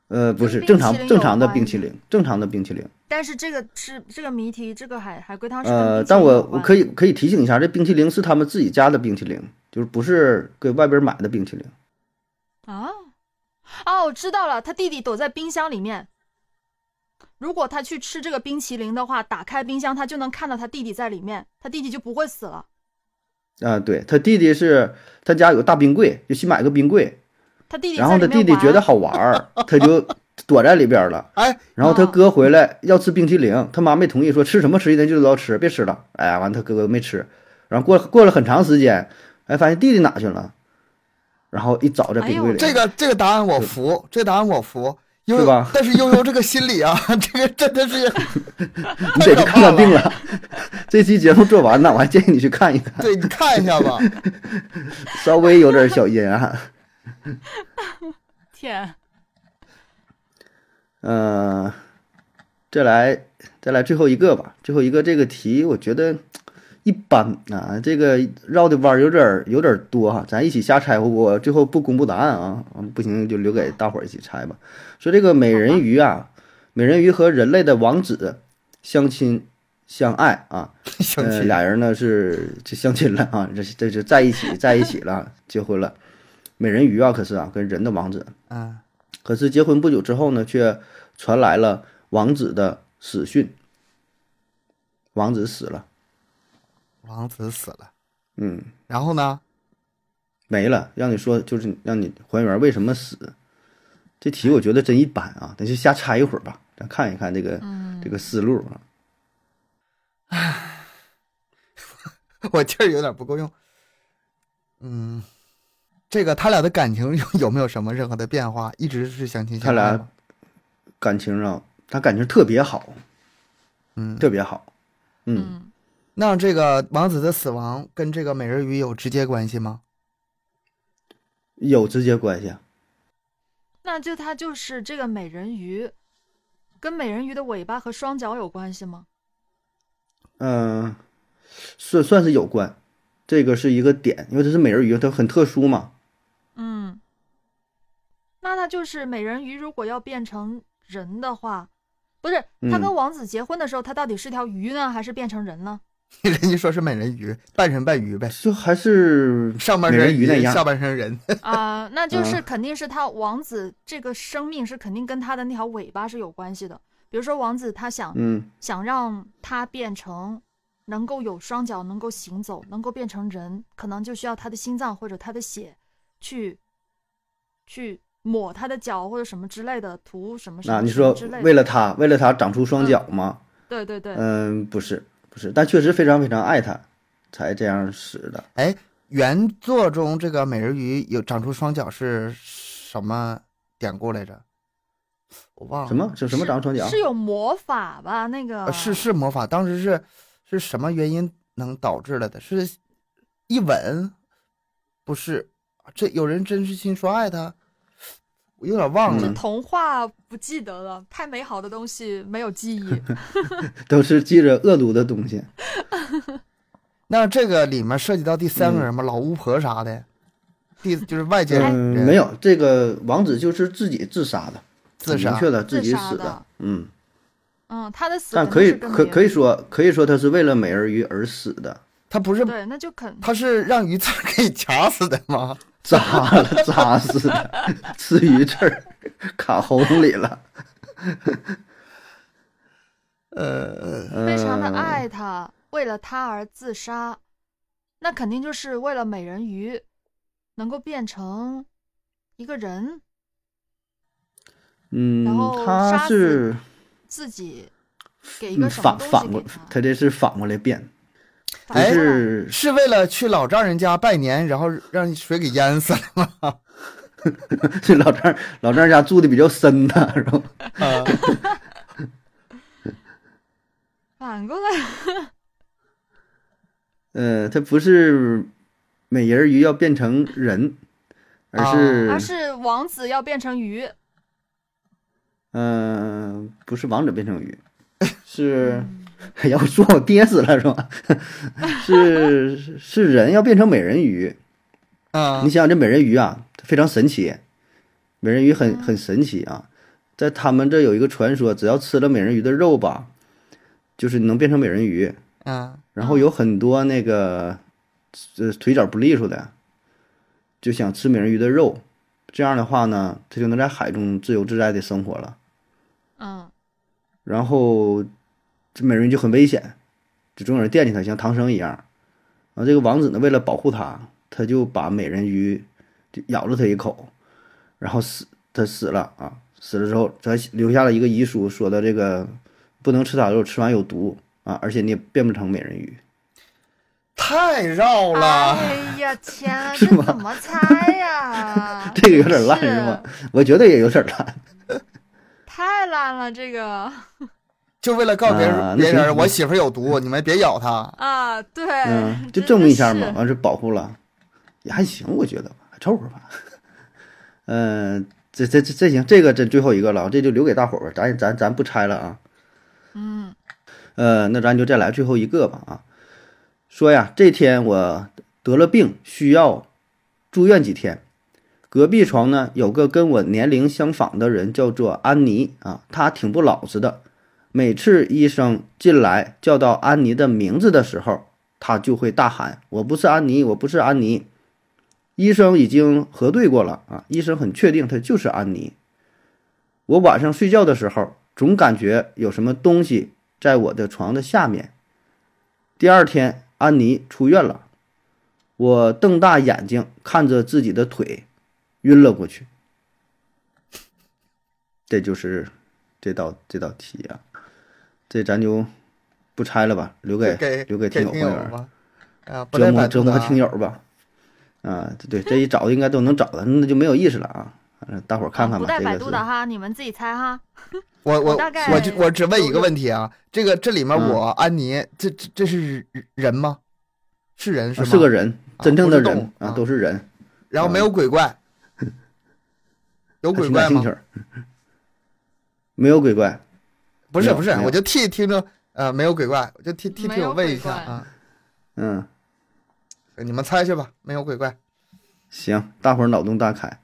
S1: 呃，不
S3: 跟
S1: 是正
S3: 冰淇
S1: 常
S3: 淋
S1: 正
S3: 有
S1: 常的
S3: 关
S1: 冰淇淋，正常的冰淇淋。
S3: 但是这个是这个谜题，这个海海龟汤啊是跟
S1: 呃，
S3: 冰淇
S1: 但
S3: 淋
S1: 我
S3: 有
S1: 我
S3: 关
S1: 可以可以提醒一下，这冰淇淋是他们自己家的冰淇淋，就是不是给外边买的冰淇淋。
S3: 啊，哦，我知道了，他弟弟躲在冰箱里面。如果他去吃这个冰淇淋的话，打开冰箱，他就能看到他弟弟在里面，他弟弟就不会死了。
S1: 啊、对他弟弟是他家有个大冰柜，就新买个冰柜，
S3: 他弟弟
S1: 然后他
S3: 在里
S1: 弟
S3: 面
S1: 弟觉得
S3: 玩
S1: 好玩儿，他就躲在里边
S3: [laughs]
S1: 了。
S2: 哎，
S1: 然后他
S3: 哦
S1: 哥回来要吃冰淇淋，他妈没同意，说吃什么吃，一天就知道吃，别吃了。哎呀，完他哥哥没吃，然后过过了很长时间，哎，发现弟弟哪去了，然后一找在
S3: 哎
S1: 冰
S3: 呦
S1: 柜里，
S2: 这个这个答案我服，这个答案我服。悠
S1: 是
S2: 悠
S1: 吧，
S2: 但是悠悠这个心理啊， [laughs] 这个真的是，
S1: 你得去看看病了。 [laughs] 这期节目做完了，我还建议你去看一看，
S2: 对你看一
S1: [laughs]
S2: 下吧。
S1: 稍微有点小阴暗。
S3: 天，
S1: 嗯，再来再来最后一个吧，最后一个这个题我觉得一般啊，这个绕的弯儿有点儿有点儿多哈、咱一起瞎猜，我最后不公布答案啊，嗯不行就留给大伙儿一起猜吧。说这个美人鱼啊，美人鱼和人类的王子相亲相爱啊，
S2: 相
S1: 呃，
S2: 亲，
S1: 俩人呢是这相亲了啊，这这是在一起在一起了，结婚了。美人鱼啊，可是啊，跟人的王子
S2: 嗯，
S1: 可是结婚不久之后呢，却传来了王子的死讯，王子死了，
S2: 王子死了，
S1: 嗯，
S2: 然后呢？
S1: 没了。让你说就是让你还原为什么死，这题我觉得真一般啊，咱就瞎猜一会儿吧，咱看一看这个、这个思路啊。
S2: 我劲儿有点不够用。嗯，这个他俩的感情有有没有什么任何的变化？一直是相亲
S1: 他
S2: 相爱
S1: 俩
S2: 吗？
S1: 感情啊，他感情特别好，
S2: 嗯，
S1: 特别好，嗯，
S3: 嗯，
S2: 那这个王子的死亡跟这个美人鱼有直接关系吗？
S1: 有直接关系啊。
S3: 那就他就是这个美人鱼，跟美人鱼的尾巴和双脚有关系吗？
S1: 嗯，算算是有关，这个是一个点，因为它是美人鱼，它很特殊嘛。
S3: 嗯，那他就是美人鱼，如果要变成人的话，不是他跟
S1: 嗯
S3: 王子结婚的时候，他到底是条鱼呢，还是变成人呢？
S2: [laughs] 人家说是美人鱼，半人半鱼呗，
S1: 就还是
S2: 上半
S1: 美
S2: 身
S1: 人鱼那样
S2: 下半身人。
S3: [laughs] 啊、那就是
S1: 嗯
S3: 肯定是他王子这个生命是肯定跟他的那条尾巴是有关系的。比如说王子他想、
S1: 嗯
S3: 想让他变成能够有双脚、能够行走、能够变成人，可能就需要他的心脏或者他的血去去抹他的脚或者什么之类的涂什么啊什
S1: 那
S3: 么
S1: 你
S3: 什么
S1: 说
S3: 之类
S1: 为
S3: 的。
S1: 了他，为了他长出双脚吗？
S3: 对对对，
S1: 嗯，不是不是，但确实非常非常爱他，才这样死的。
S2: 哎，原作中这个美人鱼有长出双脚是什么典故来着？我忘了
S1: 什么什什么长出双脚
S3: 是？有魔法吧？那个、
S2: 呃，是是魔法，当时是是什么原因能导致了的？是一吻？不是，这有人真是心说爱他，我有点忘了。
S1: 嗯
S3: 童话，不记得了，太美好的东西没有
S1: [laughs]
S3: 记忆。
S1: 都是记着恶毒的东西。
S2: 那这个里面涉及到第三
S1: 嗯
S2: 个人吗？老巫婆啥的，第就是外界人、
S3: 哎
S1: 嗯，没有这个王子就是自己自杀的，
S2: 自
S1: 明
S2: 杀
S1: 确。的自己
S3: 自杀
S1: 死
S3: 的。
S1: 嗯，
S3: 嗯，他的死
S1: 但
S3: 肯
S1: 可
S3: 定
S1: 以
S3: 是跟
S1: 可
S3: 别
S1: 可以
S3: 人
S1: 说可以说他是为了美人鱼而死的，
S2: 他不是
S3: 对，那就肯
S2: 他是让鱼刺儿给卡死的吗？
S1: 扎了扎死的， [laughs] 吃鱼刺儿 [laughs] 卡喉咙里了。
S2: 呃，
S3: [laughs] 非常的
S1: 嗯
S3: 爱他，为了他而自杀，那肯定就是为了美人鱼能够变成一个人，然
S1: 嗯
S3: 后，
S1: 他
S3: 杀死
S1: 是
S3: 自己给一
S1: 嗯
S3: 个什么
S1: 反
S3: 东西
S1: 反
S3: 给
S1: 过
S3: 他，，哎
S1: 他这是反过来变，不
S3: 反过来
S1: 是
S2: 是为了去老丈人家拜年，然后让水给淹死了吗？
S1: 这老丈老丈人家住的比较深的，是吧？
S2: 啊
S3: 反过来，
S1: 呃，它不是美人鱼要变成人，而是
S3: 哦而是王子要变成鱼，
S1: 嗯、不是王者变成鱼，是 [laughs]
S3: 嗯
S1: 要说我憋死了是吧？ [laughs] 是是是人要变成美人鱼。
S2: 啊
S1: 你想想这美人鱼啊，它非常神奇，美人鱼很很神奇啊。在他们这有一个传说，只要吃了美人鱼的肉吧，就是能变成美人鱼。
S2: 啊
S1: 然后有很多那个呃腿脚不利索的，就想吃美人鱼的肉，这样的话呢，他就能在海中自由自在的生活了。 [laughs]
S3: 嗯
S1: 然后这美人鱼就很危险，就总有人惦记她，像唐僧一样。然后这个王子呢，为了保护她，他就把美人鱼就咬了她一口，然后死，她死了啊，死了之后，他留下了一个遗书，说的这个不能吃她的肉，吃完有毒啊，而且你也变不成美人鱼。
S2: 太绕了，
S3: 哎呀天啊，
S1: [laughs] 是
S3: 这
S1: 吗
S3: 怎么猜呀
S1: [laughs] ？这个有点烂
S3: 真
S1: 是吗？我觉得也有点烂。
S3: 太烂了，这个
S2: 就为了告别
S1: 啊那
S2: 人别
S1: 行嗯
S2: 人
S1: 行
S2: 我媳妇儿有毒，你们别咬她。
S3: 啊，对，
S1: 嗯，就
S3: 真
S1: 证明一
S3: 的
S1: 下
S3: 是
S1: 嘛，完事保护了，也还行，我觉得吧，还凑合吧。嗯、这这这这行，这个这最后一个了，啊这就留给大伙儿吧，咱也咱咱不拆了啊。
S3: 嗯
S1: 呃，那咱就再来最后一个吧啊。说呀，这天我得了病，需要住院几天。隔壁床呢有个跟我年龄相仿的人，叫做安妮啊，她挺不老实的。每次医生进来叫到安妮的名字的时候，她就会大喊：“我不是安妮，我不是安妮。”医生已经核对过了啊，医生很确定她就是安妮。我晚上睡觉的时候，总感觉有什么东西在我的床的下面。第二天，安妮出院了，我瞪大眼睛看着自己的腿，晕了过去。这就是这道这道题啊，这咱就不拆了吧，留给
S2: 就给
S1: 留给听友朋
S2: 听
S1: 友
S2: 友
S1: 们
S2: 吧，啊，不
S1: 折
S2: 带
S1: 磨
S2: 百
S1: 折
S2: 度的
S1: 磨
S2: 啊
S1: 听友吧。啊，对，这一找应该都能找到，那就没有意思了啊。反正大伙儿看看
S3: 哦不
S1: 吧，
S3: 带
S1: 这个
S3: 百
S1: 是
S3: 度的哈，你们自己猜哈。
S2: 我我
S3: 我大概
S2: 我就我只问一个问题啊，这个这里面
S1: 嗯
S2: 我安妮这这这是人吗？是人是
S1: 啊
S2: 吗？
S1: 是个人，
S2: 啊
S1: 真正
S2: 不
S1: 的
S2: 是动
S1: 人
S2: 物
S1: 啊，
S2: 啊
S1: 都是人。
S2: 然后没有鬼怪，有
S1: 还
S2: 鬼
S1: 嗯挺
S2: 怪
S1: 感兴
S2: 吗
S1: 趣？儿。 [laughs] 没有鬼怪，
S2: 不
S1: 没
S2: 是
S1: 有
S2: 不是
S1: 没，有
S2: 我就替听众呃没有鬼怪，我就替替
S3: 没
S2: 听
S3: 有
S2: 友问一
S3: 鬼
S2: 下
S3: 怪
S2: 啊，
S1: 嗯，
S2: 你们猜去吧，没有鬼怪，
S1: 行，大伙儿脑洞大开，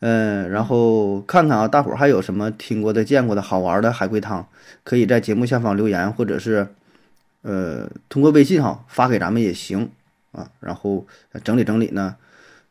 S1: 嗯，然后看看啊，大伙儿还有什么听过的、见过的好玩的海龟汤，可以在节目下方留言，或者是呃通过微信哈发给咱们也行啊，然后整理整理呢，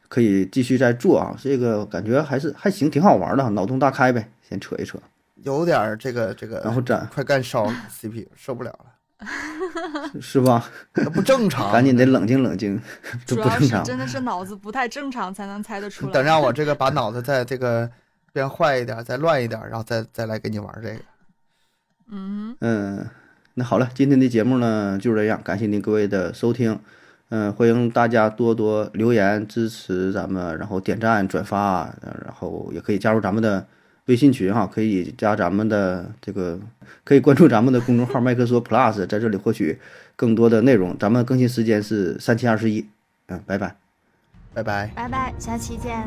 S1: 可以继续再做啊，这个感觉还是还行，挺好玩的啊，脑洞大开呗，先扯一扯，
S2: 有点儿这个这个，
S1: 然后咱
S2: 快干烧
S1: [laughs]
S2: 了，CP 受不了了，
S1: 是吧？
S2: 这不正常，
S1: 赶紧得冷静冷静， [laughs] 这
S3: 主
S1: 不
S3: 要
S1: 正
S3: 是
S1: 常。
S3: 真的是脑子不太正常才能猜得出来。
S2: 等让我这个把脑子再这个变坏一点，再乱一点，然后再再来跟你玩这个。
S3: 嗯，
S1: 嗯，那好了，今天的节目呢就是这样，感谢您各位的收听，嗯，欢迎大家多多留言支持咱们，然后点赞转发，呃然后也可以加入咱们的微信群哈，可以加咱们的这个，可以关注咱们的公众号麦克说 Plus，在这里获取更多的内容。咱们更新时间是三七二十一，嗯，拜拜。
S2: 拜拜。
S3: 拜拜，下期见。